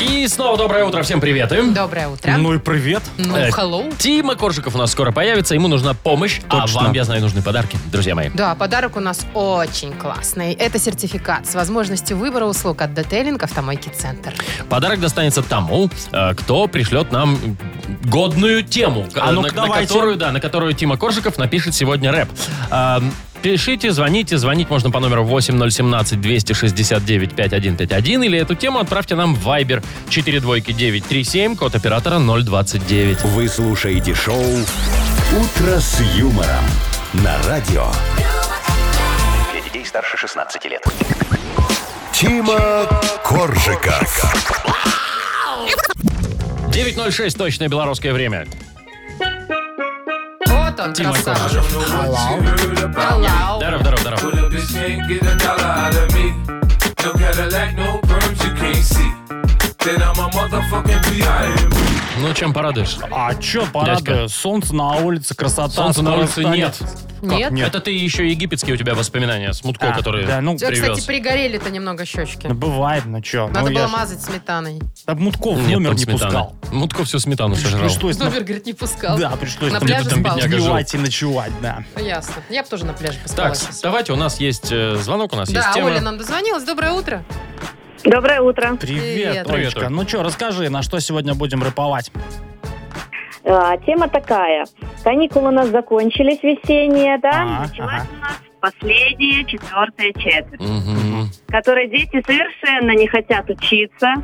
Speaker 2: И снова доброе утро. Всем привет. И-
Speaker 3: Доброе утро.
Speaker 4: Ну и привет.
Speaker 3: Ну,
Speaker 2: Э,
Speaker 3: hello.
Speaker 2: Тима Коржиков у нас скоро появится, ему нужна помощь, а
Speaker 4: Точно.
Speaker 2: вам, я знаю, нужны подарки, друзья мои.
Speaker 3: Да, подарок у нас очень классный. Это сертификат с возможностью выбора услуг от Детейлинг Автомойки Центр.
Speaker 2: Подарок достанется тому, э, кто пришлет нам годную тему,
Speaker 4: А
Speaker 2: на,
Speaker 4: ну-ка,
Speaker 2: на
Speaker 4: давайте.
Speaker 2: которую, да, на которую Тима Коржиков напишет сегодня рэп. Эм, Пишите, звоните. Звонить можно по номеру 8017-269-5151 или эту тему отправьте нам в Viber 42937, код оператора 029.
Speaker 1: Вы слушаете шоу «Утро с юмором» на радио.
Speaker 5: Для детей старше 16 лет.
Speaker 1: Тима Коржика.
Speaker 2: 9.06, точное белорусское время.
Speaker 3: Вот он,
Speaker 2: Тима
Speaker 3: красава. Hello.
Speaker 2: Здорово, здорово, здорово.
Speaker 9: Pull up this chain, get a dollar out of me. No Cadillac, no perms, you can't see. Then I'm a motherfucking B.I.M.
Speaker 2: Ну, чем порадуешь?
Speaker 4: А чё,
Speaker 2: Дядька.
Speaker 4: пора? Солнце на улице, красота.
Speaker 2: Солнца на
Speaker 4: скоро
Speaker 2: улице
Speaker 4: встанет.
Speaker 2: нет.
Speaker 3: Нет?
Speaker 2: Это ты еще египетские у тебя воспоминания с Мутко,
Speaker 4: А,
Speaker 2: которые...
Speaker 4: Да, ну,
Speaker 3: У тебя,
Speaker 2: привез.
Speaker 3: кстати, пригорели-то немного щечки.
Speaker 4: ну, бывает, ну чё.
Speaker 3: Надо
Speaker 4: ну,
Speaker 3: было
Speaker 4: я ж-
Speaker 3: мазать сметаной.
Speaker 4: Да Мутков
Speaker 2: Нет,
Speaker 4: номер
Speaker 2: там
Speaker 4: не
Speaker 2: сметана.
Speaker 4: пускал.
Speaker 2: Мутко всю сметану сожрал.
Speaker 4: Пришлось на-
Speaker 3: Номер, говорит, Ну, не пускал.
Speaker 4: ну, Да, пришлось
Speaker 3: На
Speaker 4: там
Speaker 3: пляже
Speaker 2: где-то там
Speaker 3: спал.
Speaker 2: бедняга.
Speaker 4: сбивать и ночевать, да.
Speaker 3: Ясно. Я бы тоже на пляже поспала.
Speaker 2: Так,
Speaker 3: сейчас.
Speaker 2: давайте, у нас есть э, звонок, у нас
Speaker 3: Да,
Speaker 2: есть тема.
Speaker 3: Оля нам дозвонилась. Доброе утро.
Speaker 7: Доброе утро.
Speaker 4: Привет,
Speaker 3: Привет.
Speaker 4: Олечка.
Speaker 2: Привет, Оль.
Speaker 4: Ну чё, расскажи, на что сегодня будем рэповать?
Speaker 7: А, Тема такая. Каникулы у нас закончились весенние, да?
Speaker 4: А,
Speaker 7: Началась
Speaker 4: ага.
Speaker 7: у нас последняя четвертая четверть,
Speaker 2: Мгм.
Speaker 7: в которой дети совершенно не хотят учиться,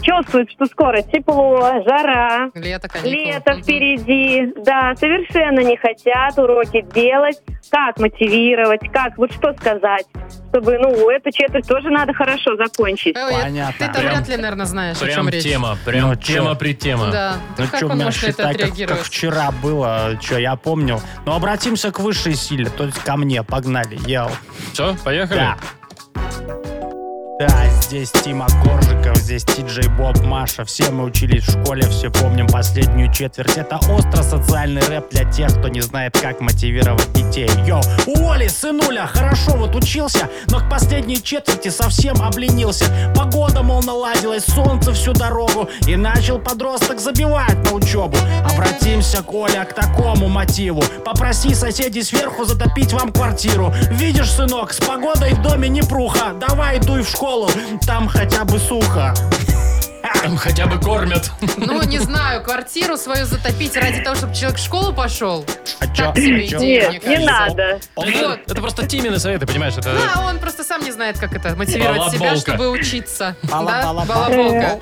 Speaker 7: чувствуют, что скоро тепло, жара,
Speaker 3: Лето, каникулы.
Speaker 7: лето
Speaker 3: Мгм.
Speaker 7: впереди, да, совершенно не хотят уроки делать. Как мотивировать, как, вот что сказать, чтобы, ну, эту четверть тоже надо хорошо закончить.
Speaker 3: Ой,
Speaker 4: Понятно.
Speaker 3: Ты-то
Speaker 4: Прям-
Speaker 3: вряд ли, наверное, знаешь, о чем
Speaker 2: Прям
Speaker 3: речь.
Speaker 2: тема, прям
Speaker 4: Ну, чё?
Speaker 2: тема при тема.
Speaker 3: Да.
Speaker 4: Ну
Speaker 3: как
Speaker 4: что,
Speaker 3: он
Speaker 4: меня
Speaker 3: может на это
Speaker 4: считай, как,
Speaker 3: отреагировать?
Speaker 4: как вчера было, что я помню. Но обратимся к высшей силе, то есть ко мне, погнали, я.
Speaker 2: Все, поехали?
Speaker 4: Да. Да, здесь Тима Коржиков, здесь Ти-Джей Боб, Маша. Все мы учились в школе, все помним последнюю четверть. Это остро социальный рэп для тех, кто не знает, как мотивировать детей. Йо, Оли, сынуля, хорошо вот учился, но к последней четверти совсем обленился. Погода, мол, наладилась, солнце всю дорогу, и начал подросток забивать на учебу. Обратимся, Коля, к такому мотиву. Попроси соседей сверху затопить вам квартиру. Видишь, сынок, с погодой в доме не пруха. Давай дуй в школу, там хотя бы сухо.
Speaker 2: Там хотя бы кормят.
Speaker 3: Ну, не знаю, квартиру свою затопить ради того, чтобы человек в школу пошел.
Speaker 4: А чё?
Speaker 3: Так себе
Speaker 4: А чё?
Speaker 3: идея,
Speaker 7: Нет,
Speaker 3: мне
Speaker 7: не
Speaker 3: кажется.
Speaker 7: надо.
Speaker 2: Это, это просто Тимины советы, понимаешь? Это...
Speaker 3: Да, Ну, а он просто сам не знает, как это мотивировать себя,
Speaker 2: Э. Балаболка.
Speaker 3: чтобы учиться.
Speaker 4: Бала-
Speaker 3: Да,
Speaker 4: бала-
Speaker 3: балаболка.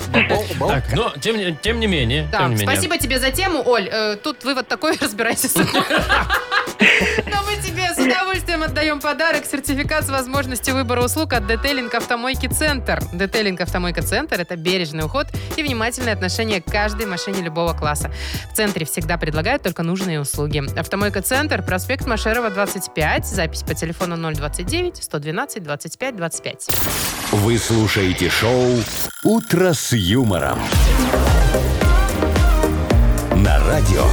Speaker 2: Так, но тем, не- тем не менее,
Speaker 3: Да,
Speaker 2: тем не менее.
Speaker 3: спасибо тебе за тему, Оль. Э, тут вывод такой, разбирайся с Но мы тебе с удовольствием отдаем подарок. Сертификат с возможностью выбора услуг от Детейлинг Автомойки Центр. Детейлинг Автомойка Центр – это бережный уход и внимательное отношение к каждой машине любого класса. В центре всегда предлагают только нужные услуги. Автомойка Центр, проспект Машерова, 25, запись по телефону 029-112-25-25.
Speaker 1: Вы слушаете шоу «Утро с юмором». На радио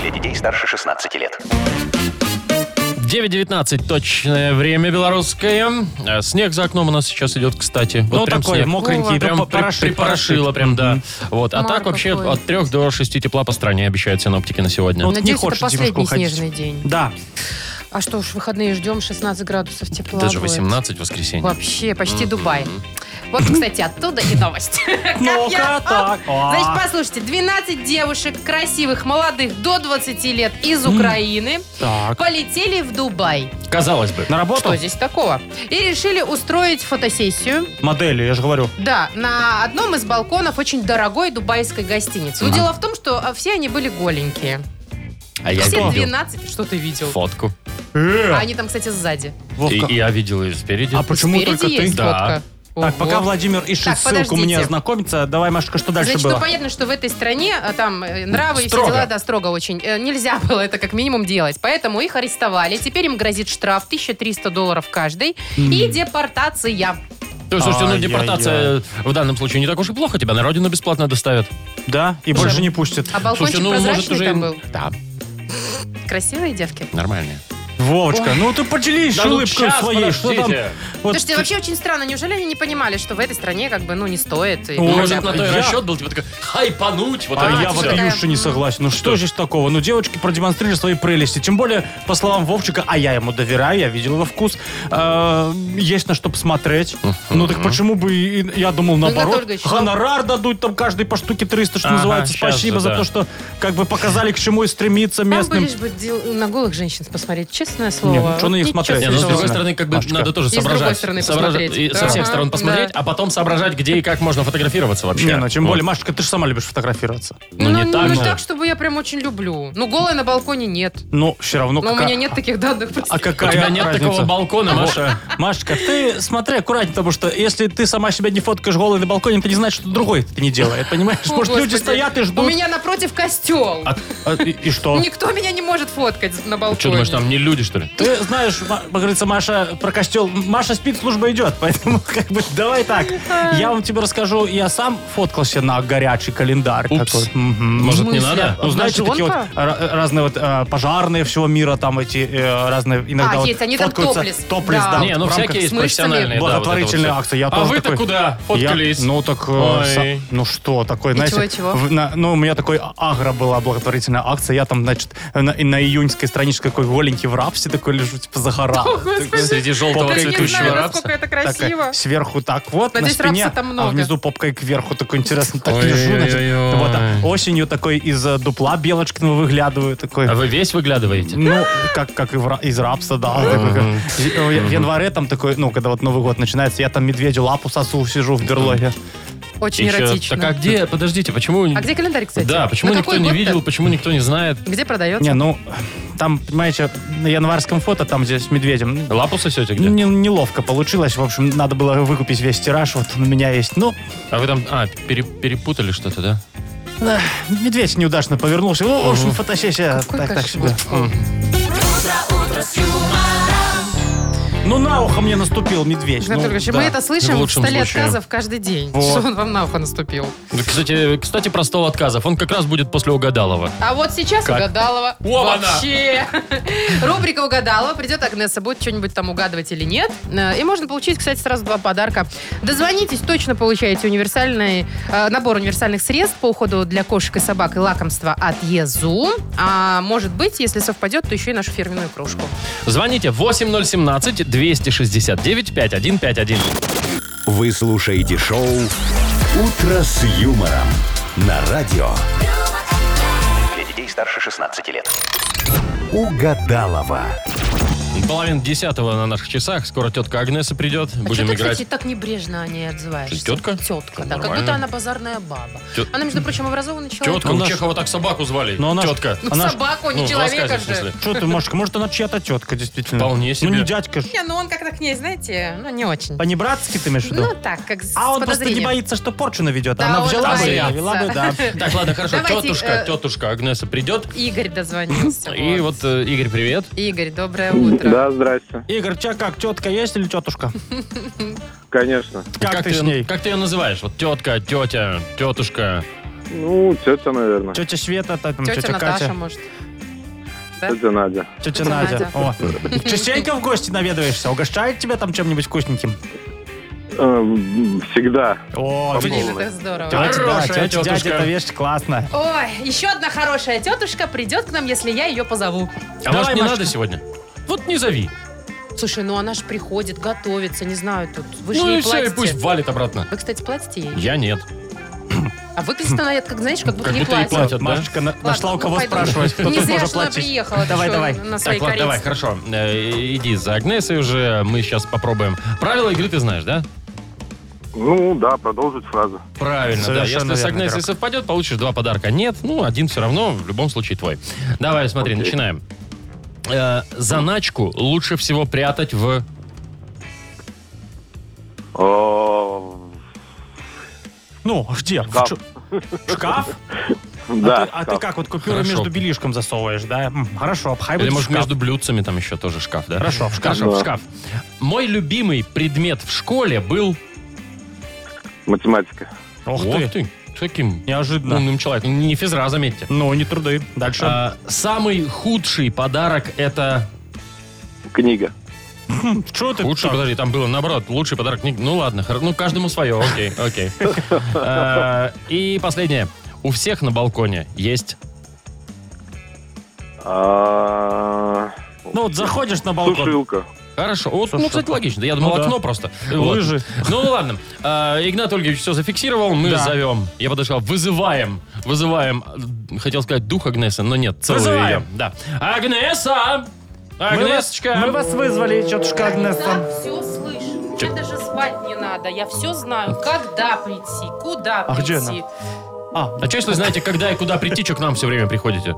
Speaker 5: Для детей старше 16 лет.
Speaker 2: 9.19 точное время белорусское. Э, Снег за окном у нас сейчас идет, кстати. Вот
Speaker 4: Ну,
Speaker 2: прям
Speaker 4: такой
Speaker 2: снег.
Speaker 4: мокренький,
Speaker 2: Прям
Speaker 4: прям
Speaker 2: при-
Speaker 4: порошит,
Speaker 2: припорошило, прям, да.
Speaker 4: Мгм.
Speaker 2: Вот. А
Speaker 3: Мар
Speaker 2: так вообще
Speaker 3: какой. Ну,
Speaker 2: от 3 до 6 тепла по стране обещают синоптики на сегодня.
Speaker 4: Вот не
Speaker 3: Надеюсь, это
Speaker 4: хочется девушка
Speaker 3: последний
Speaker 4: уходить.
Speaker 3: снежный день.
Speaker 4: Да,
Speaker 3: А что уж, выходные ждем, 16 градусов тепла
Speaker 2: Даже
Speaker 3: будет.
Speaker 2: 18 в воскресенье.
Speaker 3: Вообще, почти Дубай. Вот, кстати, оттуда и новость. Как я-
Speaker 4: Ну-ка, так. А.
Speaker 3: Значит, послушайте, 12 девушек, красивых, молодых, до 20 лет, из Украины,
Speaker 4: Так.
Speaker 3: полетели в Дубай.
Speaker 2: Казалось бы.
Speaker 4: На работу?
Speaker 3: Что здесь такого? И решили устроить фотосессию,
Speaker 4: Модели, я же говорю.
Speaker 3: да, на одном из балконов очень дорогой дубайской гостиницы. Но дело в том, что а, все они были голенькие.
Speaker 2: А я
Speaker 3: Все
Speaker 2: видел
Speaker 3: 12, что ты видел?
Speaker 2: фотку.
Speaker 3: А
Speaker 4: Э,
Speaker 3: они там, кстати, сзади.
Speaker 2: И,
Speaker 4: Вовка.
Speaker 2: и я видел ее спереди.
Speaker 4: А почему
Speaker 3: Спереди
Speaker 4: только ты?
Speaker 3: есть
Speaker 2: Да.
Speaker 3: фотка.
Speaker 4: Так, пока
Speaker 3: Ого.
Speaker 4: Владимир ищет
Speaker 3: Так,
Speaker 4: ссылку мне
Speaker 3: подождите.
Speaker 4: ознакомиться, давай, Машка, что дальше
Speaker 3: Значит, ну
Speaker 4: было?
Speaker 3: понятно, что в этой стране а, там э, нравы и все
Speaker 2: Строго.
Speaker 3: дела, да, строго очень. Э, Нельзя было это как минимум делать. Поэтому их арестовали. Теперь им грозит штраф 1300 долларов каждый и депортация.
Speaker 2: То есть, слушайте, ну
Speaker 4: Ай-яй-яй.
Speaker 2: депортация в данном случае не так уж и плохо. Тебя на родину бесплатно доставят.
Speaker 4: Да, и больше не пустит.
Speaker 3: А балкончик
Speaker 2: Слушай, ну может
Speaker 3: прозрачный
Speaker 2: уже...
Speaker 3: там был.
Speaker 2: Да,
Speaker 3: Красивые девки.
Speaker 2: нормальные.
Speaker 4: Вовочка, ну ты поделись
Speaker 2: Да ну
Speaker 4: улыбкой
Speaker 2: щас,
Speaker 4: своей, что там?
Speaker 2: подождите.
Speaker 4: Вот
Speaker 3: Слушайте, вообще очень странно. Неужели они не понимали, что в этой стране как бы, ну, не стоит? и-
Speaker 4: Ну,
Speaker 3: Ну,
Speaker 2: Может,
Speaker 4: Я-
Speaker 2: на то и
Speaker 4: я-
Speaker 2: расчет был, типа, такой, хайпануть, вот это
Speaker 4: А я
Speaker 2: всё.
Speaker 4: вот
Speaker 3: такая,
Speaker 4: Юша не согласен. Ну что же ж такого? Ну девочки продемонстрировали свои прелести. Тем более, по словам Вовчика, а я ему доверяю, я видел его вкус, э, есть на что посмотреть. Ну так почему бы, и- и- я думал, наоборот,
Speaker 3: Анатольевич, ну-
Speaker 4: гонорар дадут там каждый по штуке 300, что
Speaker 2: Ага,
Speaker 4: называется.
Speaker 2: щас
Speaker 4: Спасибо
Speaker 2: же,
Speaker 4: за
Speaker 2: да.
Speaker 4: то, что как бы показали, к чему и стремиться
Speaker 3: Там бы
Speaker 4: местным.
Speaker 3: лишь бы дел- на голых женщин посмотреть, честное
Speaker 4: Не,
Speaker 3: слово.
Speaker 4: ну, чё на них
Speaker 3: Ничего
Speaker 4: смотреть?
Speaker 2: Не, ну, с другой
Speaker 3: святого.
Speaker 4: Естественно.
Speaker 2: стороны, как бы
Speaker 4: Машечка.
Speaker 2: надо тоже
Speaker 3: И с другой
Speaker 2: соображать.
Speaker 3: стороны
Speaker 2: Соображать.
Speaker 3: посмотреть.
Speaker 2: И со всех
Speaker 3: Ага,
Speaker 2: сторон посмотреть,
Speaker 3: да.
Speaker 2: а потом соображать, где и как можно фотографироваться вообще.
Speaker 4: Не, ну тем
Speaker 2: Вот.
Speaker 4: более, Машечка, ты же сама любишь фотографироваться.
Speaker 2: Ну, не так
Speaker 3: не
Speaker 2: же.
Speaker 3: так, чтобы я прям очень люблю. Ну, голая на балконе нет.
Speaker 4: Но все равно...
Speaker 3: Но у
Speaker 4: какая-
Speaker 3: меня нет таких данных.
Speaker 4: Ну, А
Speaker 3: простите.
Speaker 4: какая
Speaker 2: У тебя нет
Speaker 4: разница?
Speaker 2: такого балкона, Маша.
Speaker 4: Машечка, ты смотри аккуратнее, потому что если ты сама себя не фоткаешь голой на балконе, ты не знаешь, что другой это не делает, понимаешь?
Speaker 3: О,
Speaker 4: Может, люди
Speaker 3: Господи.
Speaker 4: стоят и
Speaker 3: У
Speaker 4: ждут.
Speaker 3: меня напротив костел.
Speaker 4: А- а, и, и что?
Speaker 3: Никто меня не может фоткать на балконе.
Speaker 2: Что Ну, думаешь, там не люди, что ли?
Speaker 4: Ты знаешь, Ма- как говорится, Маша про костел. Маша спит, служба идет, поэтому как бы давай так. Я вам тебе расскажу, я сам фоткался на горячий календарь.
Speaker 2: Упс.
Speaker 4: такой. Мгм.
Speaker 2: Может, не
Speaker 3: смысле?
Speaker 2: надо?
Speaker 4: Ну, знаете, такие вот
Speaker 3: Обнаженка?
Speaker 4: ра- разные вот э, пожарные всего мира, там эти э, разные иногда
Speaker 3: А,
Speaker 4: вот
Speaker 3: есть, они там
Speaker 4: фоткаются.
Speaker 3: топлес.
Speaker 4: Топлес,
Speaker 3: Да.
Speaker 4: да.
Speaker 2: Не, ну
Speaker 4: в рамках-
Speaker 2: всякие есть
Speaker 3: мышцами.
Speaker 2: профессиональные. да, вот это вот
Speaker 4: Благотворительная
Speaker 2: всё.
Speaker 4: акция, я
Speaker 2: А
Speaker 4: тоже
Speaker 2: вы-то
Speaker 4: такой-
Speaker 2: куда? Фоткались?
Speaker 4: Я- ну так, э,
Speaker 2: Ой.
Speaker 4: са- ну что, такой, знаете,
Speaker 3: чего, чего?
Speaker 4: в- на- ну у меня такой агро была благотворительная акция, я там, значит, на, и на июньской страничке такой голенький в рапсе такой лежу, типа захара.
Speaker 2: Среди желтого
Speaker 4: Попка
Speaker 3: Я не
Speaker 2: цветущего
Speaker 3: знаю,
Speaker 2: рапса.
Speaker 3: насколько это красиво.
Speaker 4: сверху так вот,
Speaker 3: Надеюсь,
Speaker 4: на спине,
Speaker 3: рапса там много.
Speaker 4: а внизу попкой кверху, такой интересно, так
Speaker 2: Ой-ой-ой.
Speaker 4: лежу. значит. Вот, а осенью такой из э, дупла белочкин выглядываю, такой.
Speaker 2: А вы весь выглядываете?
Speaker 4: Ну, как, как и в ра- из рапса, да. такой, как- Э, В январе там такой, ну, когда вот Новый год начинается, я там медведю лапу сосу, сижу в берлоге.
Speaker 3: Очень
Speaker 2: Еще-
Speaker 3: эротично.
Speaker 2: Так а где, подождите, почему...
Speaker 3: А где календарь, кстати?
Speaker 2: Да, почему
Speaker 3: На
Speaker 2: никто
Speaker 3: какой
Speaker 2: не
Speaker 3: год-то?
Speaker 2: видел, почему никто не знает?
Speaker 3: Где продается?
Speaker 4: Не, ну, там, понимаете, на январском фото, там, где с медведем,
Speaker 2: Лапу сосете где?
Speaker 4: ну, не- неловко получилось. В общем, надо было выкупить весь тираж, вот он у меня есть. Ну,
Speaker 2: А вы там, а, пере- перепутали что-то, да?
Speaker 4: эх, э, медведь неудачно повернулся. Ну, в общем, фотосессия
Speaker 3: Какой
Speaker 4: так, так
Speaker 3: кошмар.
Speaker 4: себе. М. Ну, на ухо мне наступил медведь. ну,
Speaker 3: Игнат Ольгович,
Speaker 4: да.
Speaker 3: мы это слышим
Speaker 2: В
Speaker 3: в
Speaker 2: лучшем
Speaker 3: столе
Speaker 2: случае.
Speaker 3: отказов каждый день.
Speaker 4: Вот.
Speaker 3: Что он вам на ухо наступил?
Speaker 2: Ну, Кстати, кстати, про стол отказов. Он как раз будет после угадалова.
Speaker 3: А вот сейчас
Speaker 2: Как?
Speaker 3: угадалова.
Speaker 2: Во она!
Speaker 3: Вообще. Рубрика угадалова. Придет Агнеса, будет что-нибудь там угадывать или нет. Э, И можно получить, кстати, сразу два подарка. Дозвонитесь, точно получаете универсальный э, набор универсальных средств по уходу для кошек и собак и лакомства от ЕЗУ. А может быть, если совпадет, то еще и нашу фирменную кружку.
Speaker 2: Звоните 8017-269-5151.
Speaker 1: Вы слушаете шоу «Утро с юмором» на радио
Speaker 5: Для детей старше 16 лет.
Speaker 1: Угадалова.
Speaker 2: Половина десятого на наших часах. Скоро тетка Агнеса придет.
Speaker 3: а
Speaker 2: Будем
Speaker 3: что ты,
Speaker 2: играть.
Speaker 3: кстати, так небрежно о ней отзываешься?
Speaker 2: Тетка?
Speaker 3: Тетка, да. Как
Speaker 2: Нормально.
Speaker 3: будто она базарная баба.
Speaker 2: Тет-
Speaker 3: Она, между прочим, образованный человек.
Speaker 2: Тетка, у
Speaker 4: она ж-
Speaker 2: Чехова так собаку звали.
Speaker 4: Но она ж-
Speaker 2: Тетка.
Speaker 3: Ну,
Speaker 4: она ж-
Speaker 3: собаку, не
Speaker 2: Ну, в
Speaker 3: человека
Speaker 2: рассказе, в
Speaker 3: же.
Speaker 2: смысле.
Speaker 4: Что ты, Машка, может, она чья-то тетка, действительно.
Speaker 2: Вполне себе.
Speaker 4: Ну, не дядька ж.
Speaker 3: Не, ну он как-то к ней, знаете, ну не очень.
Speaker 4: По-небратски ты имеешь в виду?
Speaker 3: Ну так, как с
Speaker 4: а он просто
Speaker 3: подозрением.
Speaker 4: не боится, что порчу наведет.
Speaker 3: Да,
Speaker 4: она
Speaker 3: он
Speaker 4: взяла бы и
Speaker 3: боится.
Speaker 4: навела бы, да.
Speaker 2: Так, ладно, хорошо.
Speaker 3: Давайте,
Speaker 2: тетушка,
Speaker 3: э,
Speaker 2: тетушка Агнеса придет.
Speaker 3: Игорь дозвонился.
Speaker 2: И вот, э, Игорь, привет.
Speaker 3: Игорь, доброе утро.
Speaker 6: Да, здрасте.
Speaker 4: Игорь, тебя как, тетка есть или тетушка?
Speaker 6: Конечно.
Speaker 4: Как, ты, с ней?
Speaker 2: Как ты ее называешь? Вот тетка, тетя, тетушка.
Speaker 6: Ну, тетя, наверное.
Speaker 4: Тетя Света, та- там,
Speaker 3: Тетя,
Speaker 4: тетя,
Speaker 3: Наташа,
Speaker 4: Катя,
Speaker 3: может.
Speaker 6: Тетя Надя.
Speaker 4: тетя
Speaker 3: Тетя Надя.
Speaker 4: Надя. О. Частенько в гости наведываешься? Угощает тебя там чем-нибудь вкусненьким?
Speaker 6: Эм, Всегда.
Speaker 4: О, видишь?
Speaker 3: Блин, это здорово.
Speaker 4: Тетя, да,
Speaker 2: Хорошая
Speaker 4: тетя,
Speaker 2: тетушка.
Speaker 4: дядя, это вещь классно.
Speaker 3: Ой, еще одна хорошая тетушка придет к нам, если я ее позову.
Speaker 2: А
Speaker 4: Давай,
Speaker 2: может, не
Speaker 4: Машка.
Speaker 2: надо сегодня? Вот не зови.
Speaker 3: Слушай, ну она же приходит, готовится, не знаю тут. Вы же
Speaker 2: Ну
Speaker 3: ей
Speaker 2: и все, и
Speaker 3: платите.
Speaker 2: пусть валит обратно.
Speaker 3: Вы, кстати, платите ей?
Speaker 2: Я нет.
Speaker 3: А выглядит она, как, знаешь, как будто
Speaker 2: Как
Speaker 3: не
Speaker 2: будто ей
Speaker 3: платит.
Speaker 2: платят.
Speaker 3: Ладно,
Speaker 2: Тетя, да?
Speaker 4: Машечка на- нашла у
Speaker 3: ну,
Speaker 4: кого
Speaker 3: пойду.
Speaker 4: спрашивать, кто
Speaker 3: Не
Speaker 4: тут
Speaker 3: зря
Speaker 4: может
Speaker 3: что она
Speaker 4: платить.
Speaker 3: приехала. Ну. ты
Speaker 4: Давай,
Speaker 3: что,
Speaker 4: давай.
Speaker 3: На своей
Speaker 2: Так, ладно,
Speaker 3: корице.
Speaker 2: давай, хорошо. Э, Иди за Агнесой уже. Мы сейчас попробуем. Правила игры ты знаешь, да?
Speaker 6: Ну, да, продолжить фразу.
Speaker 2: Правильно,
Speaker 4: Совершенно
Speaker 2: да. Если с
Speaker 4: верно,
Speaker 2: Агнесой
Speaker 4: Пирог.
Speaker 2: совпадет, получишь два подарка. Нет, ну, один все равно, в любом случае твой. Давай, смотри,
Speaker 6: Окей.
Speaker 2: начинаем. Э, заначку лучше всего прятать в...
Speaker 6: О,
Speaker 4: Ну, где? В
Speaker 6: Шкаф.
Speaker 4: чё- Шкаф?
Speaker 6: Да.
Speaker 4: А ты- а ты
Speaker 6: шкаф.
Speaker 4: как, вот купюры
Speaker 2: Хорошо.
Speaker 4: между белишком засовываешь, да? М, Хорошо, обхай
Speaker 2: Или,
Speaker 4: будет
Speaker 2: может,
Speaker 4: шкаф.
Speaker 2: между блюдцами там еще тоже шкаф, да?
Speaker 4: Хорошо, в шкаф.
Speaker 2: Хорошо, в
Speaker 6: Да.
Speaker 2: шкаф. Мой любимый предмет в школе был...
Speaker 6: Математика.
Speaker 4: Ох
Speaker 2: Ох
Speaker 4: ты,
Speaker 2: ты, таким
Speaker 4: неожиданно.
Speaker 2: умным человеком. Не физра, заметьте.
Speaker 4: Ну, не труды. Дальше.
Speaker 2: Ну, А, самый худший подарок это...
Speaker 6: Книга.
Speaker 4: Чего ты
Speaker 2: Лучший,
Speaker 4: так?
Speaker 2: подожди, там было наоборот. Лучший подарок... не- Ну ладно, хоро- ну каждому свое, окей, окей. А, И последнее. У всех на балконе есть...
Speaker 6: А,
Speaker 4: Ну вот заходишь на балкон,
Speaker 6: Сушилка.
Speaker 2: Хорошо. Вот, ну,
Speaker 4: Слушай,
Speaker 2: кстати,
Speaker 4: что-
Speaker 2: логично. Да я думал,
Speaker 4: Ну да.
Speaker 2: окно просто. Вот.
Speaker 4: лыжи.
Speaker 2: Ну ладно. А, Игнат Ольгович все зафиксировал, мы
Speaker 4: Да.
Speaker 2: зовем. Я подошел, вызываем. Вызываем, э, хотел сказать, дух Агнесы, но нет, целую
Speaker 4: Вызываем.
Speaker 2: ее. Да. Агнеса!
Speaker 4: Мы вас,
Speaker 2: Агнесочка!
Speaker 4: мы вас вызвали, тетушка Агнеса.
Speaker 3: все слышу. Мне даже спать не надо. Я все знаю. Когда прийти, куда
Speaker 4: А где
Speaker 3: прийти.
Speaker 4: А,
Speaker 2: А че, если знаете, когда и куда прийти, что к нам все время приходите?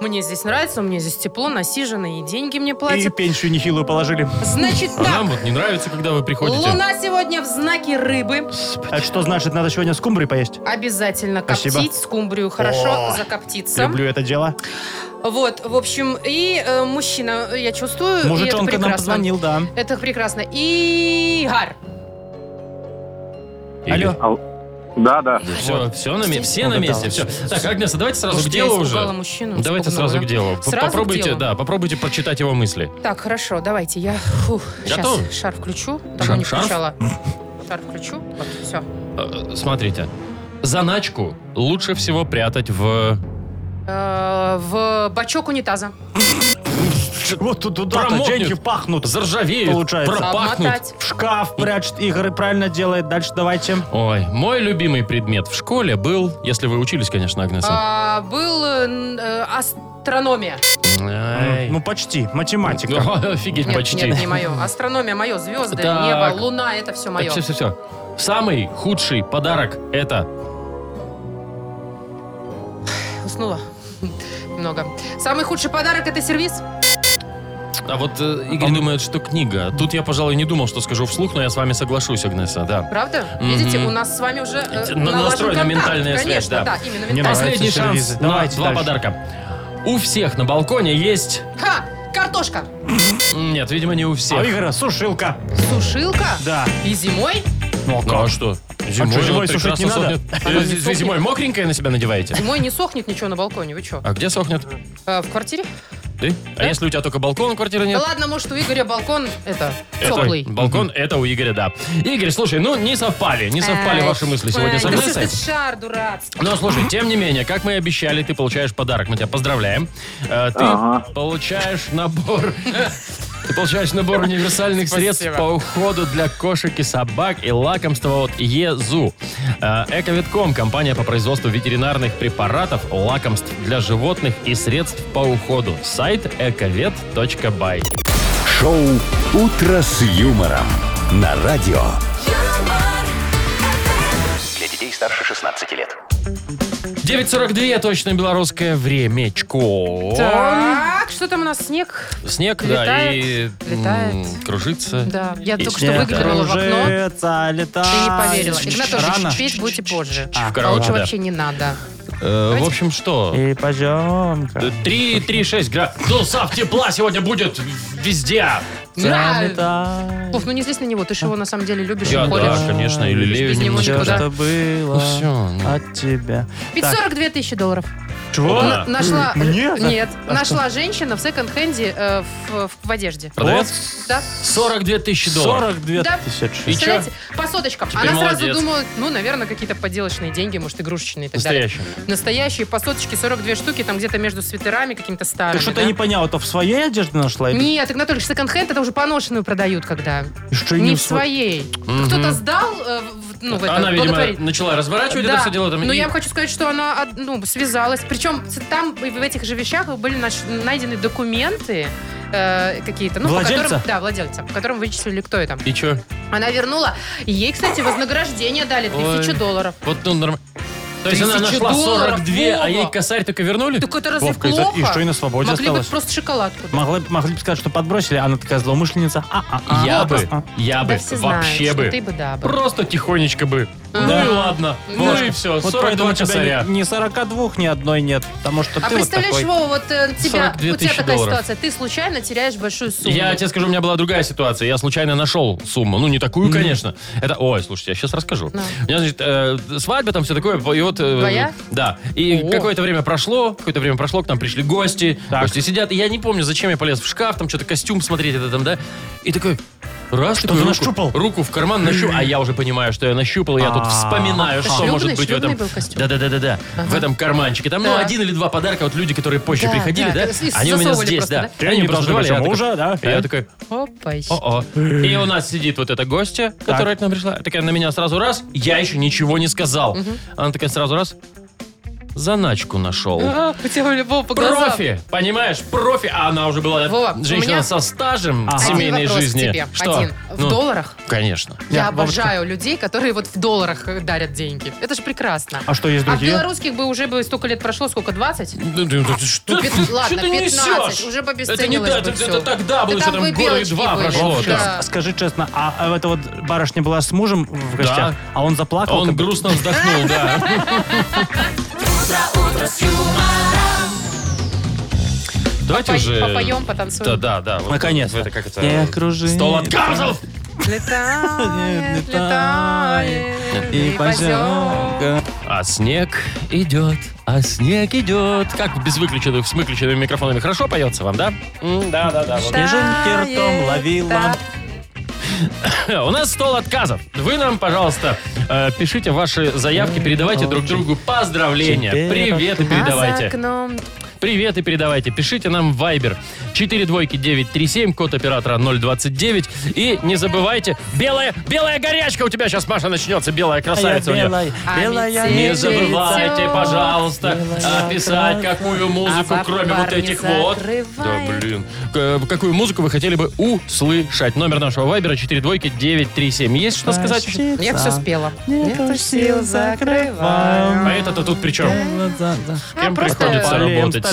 Speaker 3: Мне здесь нравится, мне здесь тепло, насижено, и деньги мне
Speaker 4: и
Speaker 3: платят.
Speaker 4: пенсию нехилую положили.
Speaker 3: Значит
Speaker 2: А нам
Speaker 3: так,
Speaker 2: вот не нравится, когда вы приходите.
Speaker 3: луна сегодня в знаке рыбы.
Speaker 4: Это что значит, надо сегодня скумбрии поесть?
Speaker 3: Обязательно
Speaker 4: Спасибо.
Speaker 3: коптить скумбрию, хорошо
Speaker 4: О,
Speaker 3: закоптиться.
Speaker 4: Люблю это дело.
Speaker 3: Вот, в общем, и э, мужчина, я чувствую, Э, и это
Speaker 4: Мужичонка
Speaker 3: прекрасно.
Speaker 4: нам позвонил, да.
Speaker 3: Это прекрасно. Игорь.
Speaker 2: Или-
Speaker 4: Алло.
Speaker 6: Да, да.
Speaker 2: Все, все на, ме-
Speaker 3: Ну
Speaker 2: все на
Speaker 4: Угадала.
Speaker 2: месте, все. Так, Агнеса, давайте сразу к
Speaker 3: Может, я
Speaker 2: делу
Speaker 3: испугала
Speaker 2: уже.
Speaker 3: мужчину,
Speaker 2: Давайте
Speaker 3: испугнула,
Speaker 2: сразу
Speaker 3: да?
Speaker 2: к делу. П-
Speaker 3: Сразу к
Speaker 2: попробуйте,
Speaker 3: делу?
Speaker 2: да, попробуйте прочитать его мысли.
Speaker 3: Так, хорошо, давайте я фух,
Speaker 2: Готовы?
Speaker 3: сейчас шар включу.
Speaker 2: Шар- Ну.
Speaker 3: Давно не
Speaker 2: шарф?
Speaker 3: включала. Шар включу. Вот, все.
Speaker 2: Э, Смотрите. Заначку лучше
Speaker 3: Э,
Speaker 2: всего прятать в...
Speaker 3: в бачок унитаза.
Speaker 2: чё-
Speaker 4: Вот тут туда-то
Speaker 2: промокнет,
Speaker 4: деньги пахнут.
Speaker 2: заржавеют,
Speaker 4: Получается.
Speaker 2: пропахнут.
Speaker 3: Обмотать.
Speaker 4: В шкаф прячет Игорь, правильно делает. Дальше давайте.
Speaker 2: Ой, мой любимый предмет в школе был, если вы учились, конечно, Агнеса.
Speaker 3: А, был э, н- э, астрономия.
Speaker 2: Ай. Ну,
Speaker 4: Ну, почти. Математика.
Speaker 2: Офигеть,
Speaker 3: Нет,
Speaker 2: почти.
Speaker 3: нет, не мое. Астрономия мое, звезды,
Speaker 2: Так.
Speaker 3: небо, луна, это все мое.
Speaker 2: Все, все, все. Самый худший подарок это
Speaker 3: Уснула. Много. Самый худший подарок это сервис.
Speaker 2: А вот э, Игорь думает, что книга. Тут я, пожалуй, не думал, что скажу вслух, но я с вами соглашусь, Агнеса, да.
Speaker 3: Правда?
Speaker 2: Мгм.
Speaker 3: Видите, у нас с вами уже э,
Speaker 2: На-
Speaker 3: налажен
Speaker 2: настроена
Speaker 3: контакт.
Speaker 2: ментальная связь,
Speaker 3: Конечно,
Speaker 2: да.
Speaker 3: именно
Speaker 4: Не
Speaker 3: ментальная.
Speaker 2: Последний
Speaker 4: нравятся
Speaker 2: шанс
Speaker 4: сервизы.
Speaker 2: на
Speaker 4: Давайте
Speaker 2: два
Speaker 4: дальше.
Speaker 2: подарка. У всех на балконе есть...
Speaker 3: Ха! Картошка!
Speaker 2: Нет, видимо, не у
Speaker 4: А у
Speaker 2: всех.
Speaker 4: Игоря сушилка.
Speaker 3: Сушилка?
Speaker 4: Да.
Speaker 3: И зимой?
Speaker 4: Ну, а
Speaker 2: Ну а
Speaker 4: как?
Speaker 2: что? Зимой,
Speaker 4: что, зимой
Speaker 2: оно
Speaker 4: сушить
Speaker 2: прекрасно
Speaker 4: не надо?
Speaker 2: сохнет. Э, з-
Speaker 3: сохнет.
Speaker 2: Зимой мокренькое на себя надеваете?
Speaker 3: Зимой не сохнет ничего на балконе, вы что?
Speaker 2: А где сохнет?
Speaker 3: в квартире?
Speaker 2: Ты? А если у тебя только балкон, квартиры нет?
Speaker 3: Да ладно, может, у Игоря балкон это
Speaker 2: Это
Speaker 3: Э, теплый.
Speaker 2: балкон, это у Игоря, да. Игорь, слушай, ну не совпали, не совпали
Speaker 3: Ай.
Speaker 2: ваши мысли сегодня с
Speaker 3: Ай, да
Speaker 2: Агнесой.
Speaker 3: ты шар дурацкий.
Speaker 2: Но слушай, тем не менее, как мы и обещали, ты получаешь подарок. Мы тебя поздравляем. Э, Ты
Speaker 6: Ага.
Speaker 2: получаешь набор... Ты получаешь набор универсальных средств по уходу для кошек и собак и лакомства от ЕЗУ. Э, Эковетком – компания по производству ветеринарных препаратов, лакомств для животных и средств по уходу. Сайт эковет.бай.
Speaker 1: Шоу «Утро с юмором» на радио.
Speaker 5: Для детей старше 16 лет.
Speaker 2: 9.42, точно белорусское времечко.
Speaker 3: Так, что там у нас снег?
Speaker 2: Снег, да,
Speaker 3: Летает,
Speaker 2: и м,
Speaker 3: летает.
Speaker 2: кружится.
Speaker 3: Да, я
Speaker 2: И
Speaker 3: только что
Speaker 2: снег А,
Speaker 3: выглянула в окно.
Speaker 4: Кружится, летает.
Speaker 3: Ты не поверила.
Speaker 4: Рано.
Speaker 3: Игнатович, петь будете позже.
Speaker 4: А,
Speaker 3: А,
Speaker 2: короче,
Speaker 3: лучше
Speaker 2: да.
Speaker 3: вообще не надо.
Speaker 2: Э, в общем, что?
Speaker 4: И пойдем-ка.
Speaker 2: 3-3-6 градусов тепла сегодня будет везде.
Speaker 3: Да.
Speaker 4: Залетай.
Speaker 3: Пуф, ну не злись на него, ты же его на самом деле любишь и
Speaker 2: Я, да,
Speaker 3: холишь.
Speaker 2: конечно, и лелею
Speaker 3: Без него
Speaker 2: немножко.
Speaker 4: Все,
Speaker 3: никуда.
Speaker 4: что было
Speaker 2: Всё, ну.
Speaker 4: от тебя. Так,
Speaker 3: 542 тысячи долларов.
Speaker 4: чего?
Speaker 2: Да.
Speaker 3: Нашла...
Speaker 4: Мне?
Speaker 3: Нет,
Speaker 4: А
Speaker 3: нашла женщина в секонд-хенде э, в, в- в одежде.
Speaker 2: Продавец?
Speaker 3: Да.
Speaker 2: 42 тысячи долларов.
Speaker 4: 42
Speaker 3: Да.
Speaker 2: И
Speaker 4: тысячи.
Speaker 2: чё?
Speaker 3: Представляете? По соточкам.
Speaker 2: Теперь
Speaker 3: Она
Speaker 2: молодец.
Speaker 3: сразу думала, ну, наверное, какие-то поделочные деньги, может, игрушечные и так
Speaker 2: Настоящий.
Speaker 3: далее. Настоящие по соточке 42 штуки, там где-то между свитерами какими-то старыми.
Speaker 4: Так что-то
Speaker 3: да?
Speaker 4: я не поняла, то в своей одежде нашла? или-
Speaker 3: Нет, Игнатольевич, секонд-хенд это уже поношенную продают, когда.
Speaker 4: Что, и
Speaker 3: Не в
Speaker 4: сво-
Speaker 3: своей.
Speaker 2: Мгм.
Speaker 3: Кто-то сдал, э, в- ну, в это,
Speaker 2: Она, видимо,
Speaker 3: благотворит-
Speaker 2: начала разворачивать
Speaker 3: Да.
Speaker 2: это все дело. Там,
Speaker 3: Но
Speaker 2: и-
Speaker 3: я вам хочу сказать, что она од- ну, связалась. Причем с- там и в этих же вещах были наш- найдены документы э, какие-то. Ну, по
Speaker 4: Владельца?
Speaker 3: которым- да, владельца, по которым вычислили, кто это.
Speaker 2: И чё?
Speaker 3: Она вернула. И Ей, кстати, вознаграждение дали
Speaker 2: Ой.
Speaker 3: тысячу долларов.
Speaker 2: Вот, ну, нормально. То есть она
Speaker 3: Тысяча
Speaker 2: нашла
Speaker 3: долларов,
Speaker 2: 42, а
Speaker 3: Вова.
Speaker 2: ей косарь только вернули?
Speaker 3: Так это разве
Speaker 4: Вовка, и за-
Speaker 3: плохо?
Speaker 4: и что, и на свободе
Speaker 3: Могли
Speaker 4: осталось?
Speaker 3: бы просто шоколадку. дать.
Speaker 4: Могли, могли бы сказать, что подбросили, а она такая злоумышленница. А, а, а.
Speaker 2: я
Speaker 4: Вот
Speaker 2: бы,
Speaker 4: это.
Speaker 2: я
Speaker 3: Да
Speaker 2: бы,
Speaker 3: все знают,
Speaker 2: вообще
Speaker 3: что
Speaker 2: бы.
Speaker 3: Ты бы, да, бы.
Speaker 2: Просто тихонечко бы. Ну
Speaker 4: Да.
Speaker 2: и ладно. Ну
Speaker 4: Вовка,
Speaker 2: и все,
Speaker 4: вот
Speaker 2: 42
Speaker 4: поэтому у тебя
Speaker 2: косаря.
Speaker 4: ни, ни 42, ни одной нет. Потому что
Speaker 3: А
Speaker 4: ты вот
Speaker 3: представляешь,
Speaker 4: такой.
Speaker 3: Вова, вот э, тебя,
Speaker 2: 42
Speaker 3: у тебя
Speaker 2: тысячи
Speaker 3: такая
Speaker 2: долларов.
Speaker 3: ситуация. Ты случайно теряешь большую сумму.
Speaker 2: Я тебе скажу, у меня была другая ситуация. Я случайно нашел сумму. Ну, не такую, конечно. Это. Ой, слушайте, я сейчас расскажу.
Speaker 3: Ну.
Speaker 2: У меня, значит, э, свадьба, там все такое. И вот. э,
Speaker 3: Твоя?
Speaker 2: Да. И
Speaker 3: О.
Speaker 2: какое-то время прошло, какое-то время прошло, к нам пришли гости.
Speaker 4: Так.
Speaker 2: Гости сидят. И я не помню, зачем я полез в шкаф, там что-то костюм смотреть, это там, да. И такой. Раз,
Speaker 4: Что
Speaker 2: такой
Speaker 4: ты
Speaker 2: руку,
Speaker 4: нащупал?
Speaker 2: руку в карман нащупал, а я уже понимаю, что я нащупал, и я тут
Speaker 4: А.
Speaker 2: вспоминаю, что
Speaker 3: Шлёбный,
Speaker 2: может быть в
Speaker 3: шлёбный
Speaker 2: этом,
Speaker 3: был костюм.
Speaker 2: да-да-да-да, в этом карманчике. Там, ну,
Speaker 3: Да.
Speaker 2: один или два подарка от люди, которые позже
Speaker 3: Да,
Speaker 2: приходили,
Speaker 3: да,
Speaker 2: да,
Speaker 3: и с-
Speaker 2: они у меня
Speaker 3: засовывали
Speaker 2: здесь,
Speaker 3: просто,
Speaker 2: да.
Speaker 3: да.
Speaker 4: Я не
Speaker 2: просто
Speaker 4: должен
Speaker 2: давали,
Speaker 4: быть
Speaker 2: я
Speaker 4: у
Speaker 2: такой,
Speaker 4: мужа, да,
Speaker 2: и Я
Speaker 4: э.
Speaker 2: такой,
Speaker 3: Опа, ещё.
Speaker 2: о-о. И у нас сидит вот эта гостья, которая к нам пришла. Такая на меня сразу раз. Я еще ничего не сказал. Она такая сразу раз. Заначку нашел.
Speaker 3: А, У тебя любого по глазам.
Speaker 2: Профи, понимаешь, профи. А она уже была
Speaker 3: Вова, у
Speaker 2: женщина
Speaker 3: меня
Speaker 2: со стажем в
Speaker 4: Один
Speaker 3: Один
Speaker 2: семейной
Speaker 3: вопрос
Speaker 2: жизни.
Speaker 3: тебе.
Speaker 2: Что?
Speaker 3: Один. В
Speaker 2: Ну,
Speaker 3: долларах?
Speaker 2: Конечно.
Speaker 3: Я
Speaker 4: Я,
Speaker 3: обожаю людей, которые вот в долларах э, дарят деньги. Это же прекрасно.
Speaker 4: А что, есть
Speaker 3: А в
Speaker 4: другие?
Speaker 3: белорусских бы уже бы столько лет прошло, сколько, 20?
Speaker 2: Ну, ты- ты- ты Что,
Speaker 3: Ну,
Speaker 2: ты-
Speaker 3: пятнадцать,
Speaker 2: что ты
Speaker 3: ладно, пятнадцать,
Speaker 2: несешь?
Speaker 3: уже бы
Speaker 2: это не
Speaker 3: обесценилось
Speaker 2: да,
Speaker 3: бы
Speaker 2: это,
Speaker 3: всё.
Speaker 2: это тогда
Speaker 3: Да
Speaker 2: было, еще
Speaker 3: там
Speaker 2: там,
Speaker 3: бы
Speaker 2: года и
Speaker 3: белочки
Speaker 2: два
Speaker 3: были,
Speaker 2: прошло.
Speaker 3: да.
Speaker 2: да.
Speaker 4: А Скажи честно, а, а эта вот барышня была с мужем в гостях,
Speaker 2: Да.
Speaker 4: а он заплакал?
Speaker 2: Он
Speaker 4: как бы?
Speaker 2: грустно вздохнул, да. Давайте
Speaker 3: Пой-
Speaker 2: уже...
Speaker 3: Попоем,
Speaker 2: Да,
Speaker 3: потанцуем.
Speaker 2: да, да. Вот
Speaker 4: Наконец-то.
Speaker 2: в Это как это?
Speaker 4: Не кружи.
Speaker 2: Стол отказов!
Speaker 3: Летает, летает,
Speaker 4: И
Speaker 3: и пойдем.
Speaker 4: пойдем-ка.
Speaker 2: А снег идет, а снег идет. Как без выключенных, с выключенными микрофонами хорошо поется вам, да? М, Да, да, да. вот.
Speaker 4: Снежинки ртом ловила.
Speaker 3: Тает,
Speaker 2: У нас стол отказов. Вы нам, пожалуйста, э, пишите ваши заявки, передавайте друг другу поздравления,
Speaker 4: Теперь
Speaker 2: приветы
Speaker 3: А за
Speaker 2: передавайте.
Speaker 3: окном
Speaker 2: Привет и передавайте. Пишите нам в Viber 42937, код оператора 029. И не забывайте, белая, белая горячка у тебя сейчас, Маша, начнется. Белая красавица у нее.
Speaker 3: А
Speaker 4: белая
Speaker 3: ведь
Speaker 2: Не
Speaker 3: Белая
Speaker 2: забывайте,
Speaker 3: красавица.
Speaker 2: пожалуйста,
Speaker 4: Белая
Speaker 2: а, писать, какую музыку,
Speaker 3: А
Speaker 2: кроме
Speaker 3: папа
Speaker 2: вот этих вот.
Speaker 3: закрывает.
Speaker 2: Да, блин. К- Какую музыку вы хотели бы услышать? Номер нашего вайбера 42937. Есть что сказать? еще?
Speaker 3: Я все спела.
Speaker 4: Нету сил, закрываю.
Speaker 2: А это-то тут при чем? С кем
Speaker 3: А, просто-
Speaker 2: приходится
Speaker 4: Болеем
Speaker 2: работать?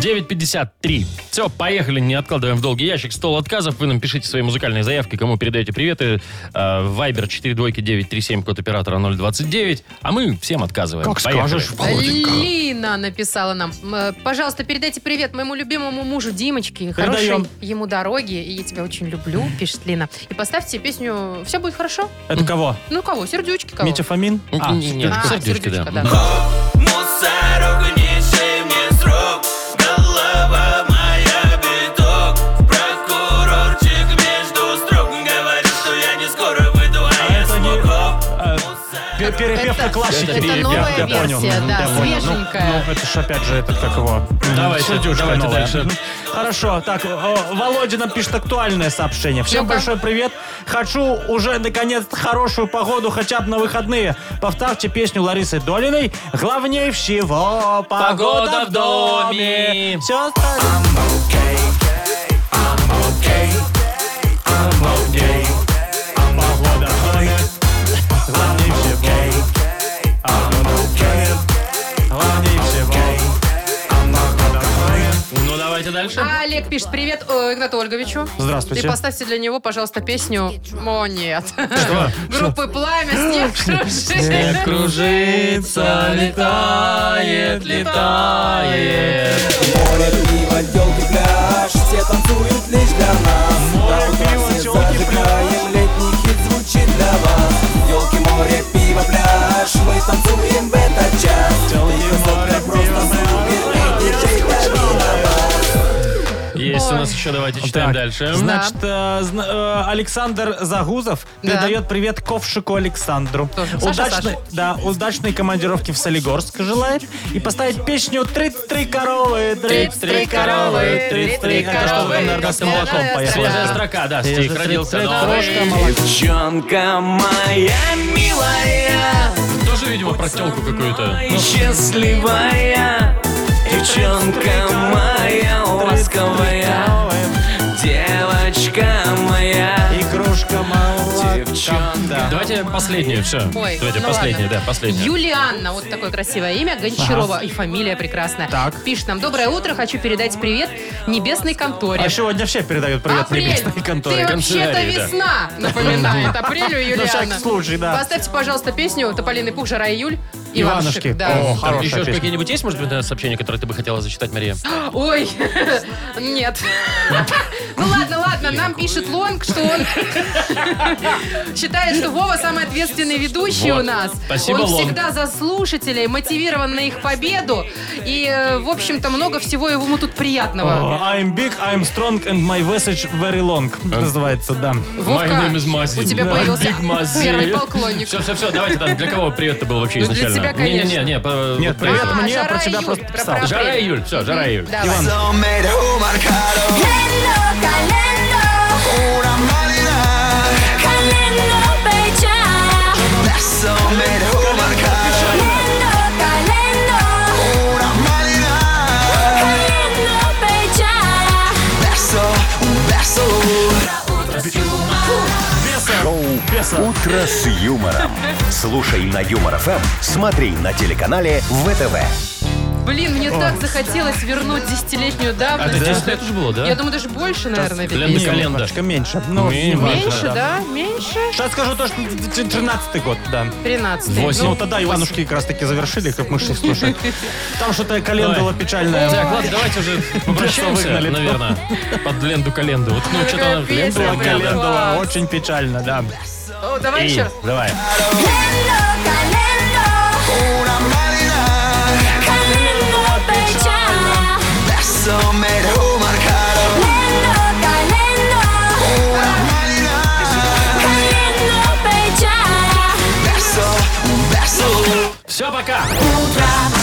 Speaker 2: 9.53. Все, поехали, не откладываем в долгий ящик. Стол отказов. Вы нам пишите свои музыкальные заявки, кому передаете приветы. Э, Вайбер 42937, код оператора 029. А мы всем отказываем.
Speaker 4: Как
Speaker 2: Поехали.
Speaker 4: скажешь, Володенька.
Speaker 3: Лина написала нам. М, э, Пожалуйста, передайте привет моему любимому мужу Димочке.
Speaker 4: Передаем.
Speaker 3: Хорошей ему дороги. И я тебя очень люблю, пишет Лина. И поставьте песню «Все будет хорошо».
Speaker 4: Это кого?
Speaker 3: Ну, кого? Сердючки кого?
Speaker 4: Метифамин? А,
Speaker 2: Не- не- не,
Speaker 3: А,
Speaker 2: сердечки,
Speaker 3: сердючка,
Speaker 2: да.
Speaker 3: да.
Speaker 9: Мусорок, неси мне с рук Голова моя биток Прокурорчик между строк Говорит, что я не скоро выйду, а я смогу
Speaker 4: э, Пе- Перепевка
Speaker 3: Это-
Speaker 4: классики.
Speaker 3: это
Speaker 4: Я-
Speaker 3: новая
Speaker 4: я понял.
Speaker 3: версия, да,
Speaker 4: Я понял. Ну,
Speaker 3: свеженькая.
Speaker 4: Ну, это ж опять же, этот, как его?
Speaker 2: Давайте,
Speaker 4: Сердючка
Speaker 2: давайте
Speaker 4: новая.
Speaker 2: дальше.
Speaker 4: Хорошо, так, о, Володя нам пишет актуальное сообщение. Всем
Speaker 3: Ну-ка.
Speaker 4: большой привет. Хочу уже, наконец, хорошую погоду хотя бы на выходные. Повторьте песню Ларисы Долиной. Главнее всего погода в доме. Все остальное. Погода в доме. Главнее всего. Главнее всего.
Speaker 2: Ну, давайте дальше.
Speaker 3: А Олег пишет привет э, Игнату Ольговичу.
Speaker 4: Здравствуйте.
Speaker 3: И поставьте для него, пожалуйста, песню «О, нет». Группы «Пламя», «Снег кружит».
Speaker 2: кружится, летает, летает.
Speaker 4: Море, пиво, тёлки, пляж.
Speaker 2: Есть у нас еще, давайте читаем
Speaker 4: Так,
Speaker 2: дальше.
Speaker 4: Значит, э, зна- э, Александр Загузов
Speaker 3: Да.
Speaker 4: передает привет Ковшику Александру.
Speaker 3: Тоже. Саша,
Speaker 4: Удачной,
Speaker 3: Саша.
Speaker 4: да, удачной командировки в Солигорск желает. И поставить песню «Тридцать-три коровы, тридцать-три коровы, тридцать-три
Speaker 3: «Тридцать три
Speaker 4: коровы».
Speaker 3: коровы».
Speaker 4: Наверное, с молоком
Speaker 3: Свежая
Speaker 4: поехала.
Speaker 2: Свежая
Speaker 4: Да.
Speaker 2: строка, да,
Speaker 4: Свежая
Speaker 2: стих
Speaker 4: строка,
Speaker 2: родился
Speaker 4: строка,
Speaker 2: новый.
Speaker 4: крошка, молодец.
Speaker 9: Девчонка моя милая
Speaker 2: Тоже, видимо, проктелку какую-то. Ну,
Speaker 9: и счастливая Девчонка моя ласковая Девочка моя
Speaker 4: Игрушка молока.
Speaker 2: Да. Давайте последнюю, все.
Speaker 3: Ой,
Speaker 2: Давайте
Speaker 3: ну
Speaker 2: последнюю,
Speaker 3: ладно.
Speaker 2: да, последнюю.
Speaker 3: Юлианна, вот такое красивое имя, Гончарова и фамилия прекрасная.
Speaker 4: Так.
Speaker 3: Пишет нам, доброе утро, хочу передать привет небесной конторе.
Speaker 4: А сегодня все передают привет
Speaker 3: А,
Speaker 4: небесной конторе.
Speaker 3: Ты вообще-то
Speaker 2: Канцелярии, да.
Speaker 3: весна, напоминает апрелю,
Speaker 4: На
Speaker 3: Юлианна.
Speaker 4: всякий случай, да.
Speaker 3: Поставьте, пожалуйста, песню «Тополиный пух, жара июль».
Speaker 4: Иванушки.
Speaker 3: Иванушек, да.
Speaker 4: О,
Speaker 2: Там
Speaker 4: хорошая
Speaker 2: еще ж
Speaker 4: песня.
Speaker 2: какие-нибудь есть, может быть, сообщения, которые ты бы хотела зачитать, Мария?
Speaker 3: Ой, нет. Ну ладно, ладно, нам пишет Лонг, что он считает, что Вова самый ответственный ведущий
Speaker 2: Вот.
Speaker 3: у нас.
Speaker 2: Спасибо,
Speaker 3: Он
Speaker 2: Лонг.
Speaker 3: всегда за слушателей, мотивирован на их победу. И, э, в общем-то, много всего ему тут приятного.
Speaker 4: О, Э, I'm big, I'm strong and my message very long. Называется, да.
Speaker 3: Вовка, у тебя появился первый поклонник.
Speaker 2: Все-все-все, давайте, да, для кого привет-то был вообще
Speaker 3: Ну, для
Speaker 2: изначально?
Speaker 3: тебя, конечно.
Speaker 2: Не-не-не, по-
Speaker 4: Нет,
Speaker 2: привет.
Speaker 4: привет
Speaker 3: А,
Speaker 4: мне,
Speaker 3: жара
Speaker 4: про тебя
Speaker 3: июль,
Speaker 4: просто
Speaker 3: про-
Speaker 4: писал.
Speaker 3: про
Speaker 2: Жара
Speaker 3: апрель.
Speaker 2: июль, все, жара июль.
Speaker 3: Давай.
Speaker 1: Шоу «Утро с юмором». Слушай на Юмор ФМ, смотри на телеканале ВТВ.
Speaker 3: Блин, мне так захотелось вернуть десятилетнюю
Speaker 2: А это
Speaker 3: давность.
Speaker 2: 10 лет уже было, да?
Speaker 3: Я думаю, даже больше, наверное,
Speaker 2: Для
Speaker 3: ведь.
Speaker 4: Не,
Speaker 2: календарь.
Speaker 4: немножечко меньше. Ну,
Speaker 2: Меньше,
Speaker 4: неважно,
Speaker 3: Меньше, да? Меньше?
Speaker 4: Сейчас скажу то, что 13 год, да.
Speaker 3: 13.
Speaker 2: Восемь.
Speaker 4: Ну, тогда Иванушки как раз таки завершили, как мы шли слушать. Там что-то календа была печальная.
Speaker 2: Так, ладно, давайте уже попрощаемся,
Speaker 4: выгнали.
Speaker 2: наверное, под ленду календу. Вот, ну, что-то
Speaker 3: Какая
Speaker 2: она в
Speaker 3: песня,
Speaker 2: ленду
Speaker 4: Была
Speaker 3: прям
Speaker 2: календу.
Speaker 4: календа, была
Speaker 3: класс.
Speaker 4: очень печально, да.
Speaker 3: О, давай еще раз.
Speaker 4: Давай.
Speaker 9: Una marina sommer, hummer, caro Una marina Verso, un verso
Speaker 2: Все, пока!
Speaker 9: Утро